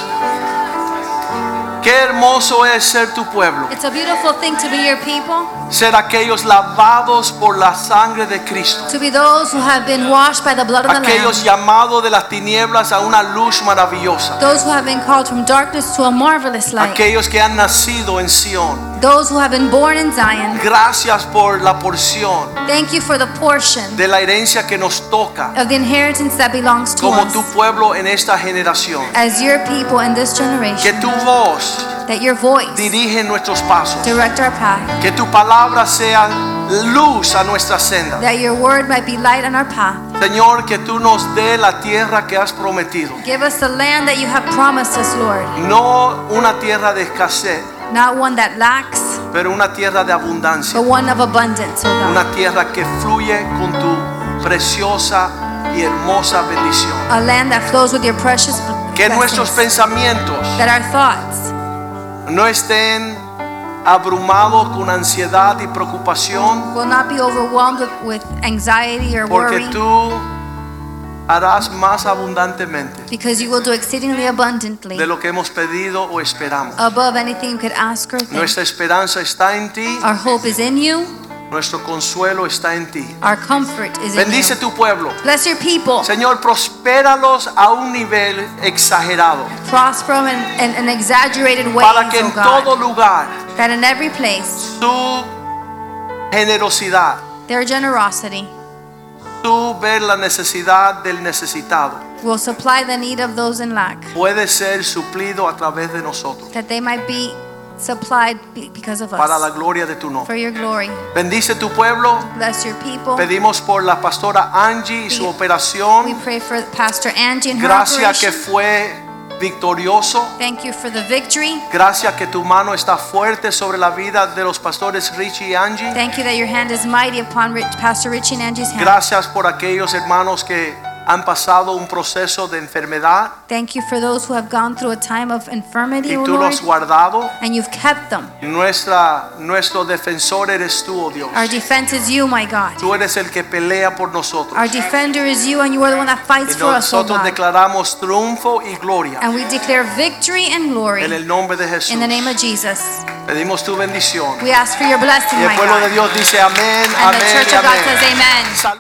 Speaker 1: Qué hermoso es ser tu pueblo.
Speaker 4: It's a beautiful thing to be your people,
Speaker 1: Ser aquellos lavados por la sangre de Cristo.
Speaker 4: to be those who have been washed by the blood of the
Speaker 1: Aquellos
Speaker 4: Lamb,
Speaker 1: llamados de las tinieblas a una luz maravillosa.
Speaker 4: those who have been called from darkness to a marvelous light,
Speaker 1: Aquellos que han nacido en Sión.
Speaker 4: those who have been born in Zion.
Speaker 1: Gracias por la porción
Speaker 4: Thank you for the portion
Speaker 1: de la herencia que nos toca
Speaker 4: of the inheritance that belongs to
Speaker 1: como tu
Speaker 4: us
Speaker 1: pueblo en esta generación.
Speaker 4: as your people in this
Speaker 1: Que
Speaker 4: generation.
Speaker 1: tu voz
Speaker 4: That your voice
Speaker 1: dirige nuestros pasos.
Speaker 4: direct our path,
Speaker 1: Que tu palabra sea luz a nuestra senda.
Speaker 4: that your word might be light on our path.
Speaker 1: Señor, que tú nos dé la tierra que has prometido.
Speaker 4: Give us the land that you have promised us, Lord,
Speaker 1: No una tierra de escasez,
Speaker 4: not one that lacks,
Speaker 1: pero una tierra de abundancia.
Speaker 4: but one of abundance, O God.
Speaker 1: Una tierra que fluye con tu preciosa y hermosa bendición.
Speaker 4: a land that flows with your precious
Speaker 1: Que nuestros
Speaker 4: blessings,
Speaker 1: pensamientos
Speaker 4: that our thoughts
Speaker 1: no estén abrumados con ansiedad y preocupación,
Speaker 4: will not be overwhelmed with, with anxiety or
Speaker 1: porque
Speaker 4: worry
Speaker 1: tú harás más abundantemente
Speaker 4: because you will do exceedingly abundantly
Speaker 1: de lo que hemos pedido o esperamos.
Speaker 4: above anything you could ask or think
Speaker 1: Nuestra esperanza está en ti,
Speaker 4: our hope is in you
Speaker 1: nuestro consuelo está en ti.
Speaker 4: our comfort is in
Speaker 1: Bendice
Speaker 4: you
Speaker 1: tu pueblo.
Speaker 4: bless your people
Speaker 1: Señor, prospéralos a un nivel exagerado
Speaker 4: prosper them in, in, an exaggerated ways
Speaker 1: para que
Speaker 4: oh
Speaker 1: en
Speaker 4: God
Speaker 1: todo lugar
Speaker 4: that in every place
Speaker 1: tu generosidad,
Speaker 4: their generosity
Speaker 1: tu ver la necesidad del necesitado,
Speaker 4: will supply the need of those in lack
Speaker 1: puede ser suplido a través de nosotros
Speaker 4: that they might be supplied be- because of
Speaker 1: para la
Speaker 4: us
Speaker 1: gloria de tu
Speaker 4: for
Speaker 1: nombre.
Speaker 4: your glory
Speaker 1: Bendice tu pueblo.
Speaker 4: bless your people
Speaker 1: Pedimos por la pastora Angie y su
Speaker 4: We- We
Speaker 1: operación.
Speaker 4: pray for Pastor Angie and her
Speaker 1: Gracias que
Speaker 4: operation.
Speaker 1: fue victorioso.
Speaker 4: Thank you for the victory.
Speaker 1: Gracias que tu mano está fuerte sobre la vida de los pastores Richie y Angie.
Speaker 4: Thank you that your hand is mighty upon Rich, Pastor Richie and Angie's hand.
Speaker 1: Gracias por aquellos hermanos que han pasado un proceso de enfermedad
Speaker 4: Thank you for those who have gone through a time of infirmity,
Speaker 1: y
Speaker 4: O
Speaker 1: tú
Speaker 4: Lord,
Speaker 1: los has guardado.
Speaker 4: and you've kept them.
Speaker 1: Nuestra, nuestro defensor eres tú, oh Dios.
Speaker 4: Our defense is you, my God.
Speaker 1: Tú eres el que pelea por nosotros.
Speaker 4: Our defender is you, and you are the one that fights
Speaker 1: Y
Speaker 4: for us, O
Speaker 1: nosotros
Speaker 4: God.
Speaker 1: declaramos triunfo y gloria
Speaker 4: And we declare victory and glory
Speaker 1: en el nombre de Jesús.
Speaker 4: in the name of Jesus.
Speaker 1: Pedimos tu bendición.
Speaker 4: We ask for your blessing,
Speaker 1: Y el
Speaker 4: my
Speaker 1: pueblo de
Speaker 4: God.
Speaker 1: Dios dice amén,
Speaker 4: And the
Speaker 1: amén,
Speaker 4: church
Speaker 1: y
Speaker 4: of God
Speaker 1: amén.
Speaker 4: says, Amen.
Speaker 1: Salud.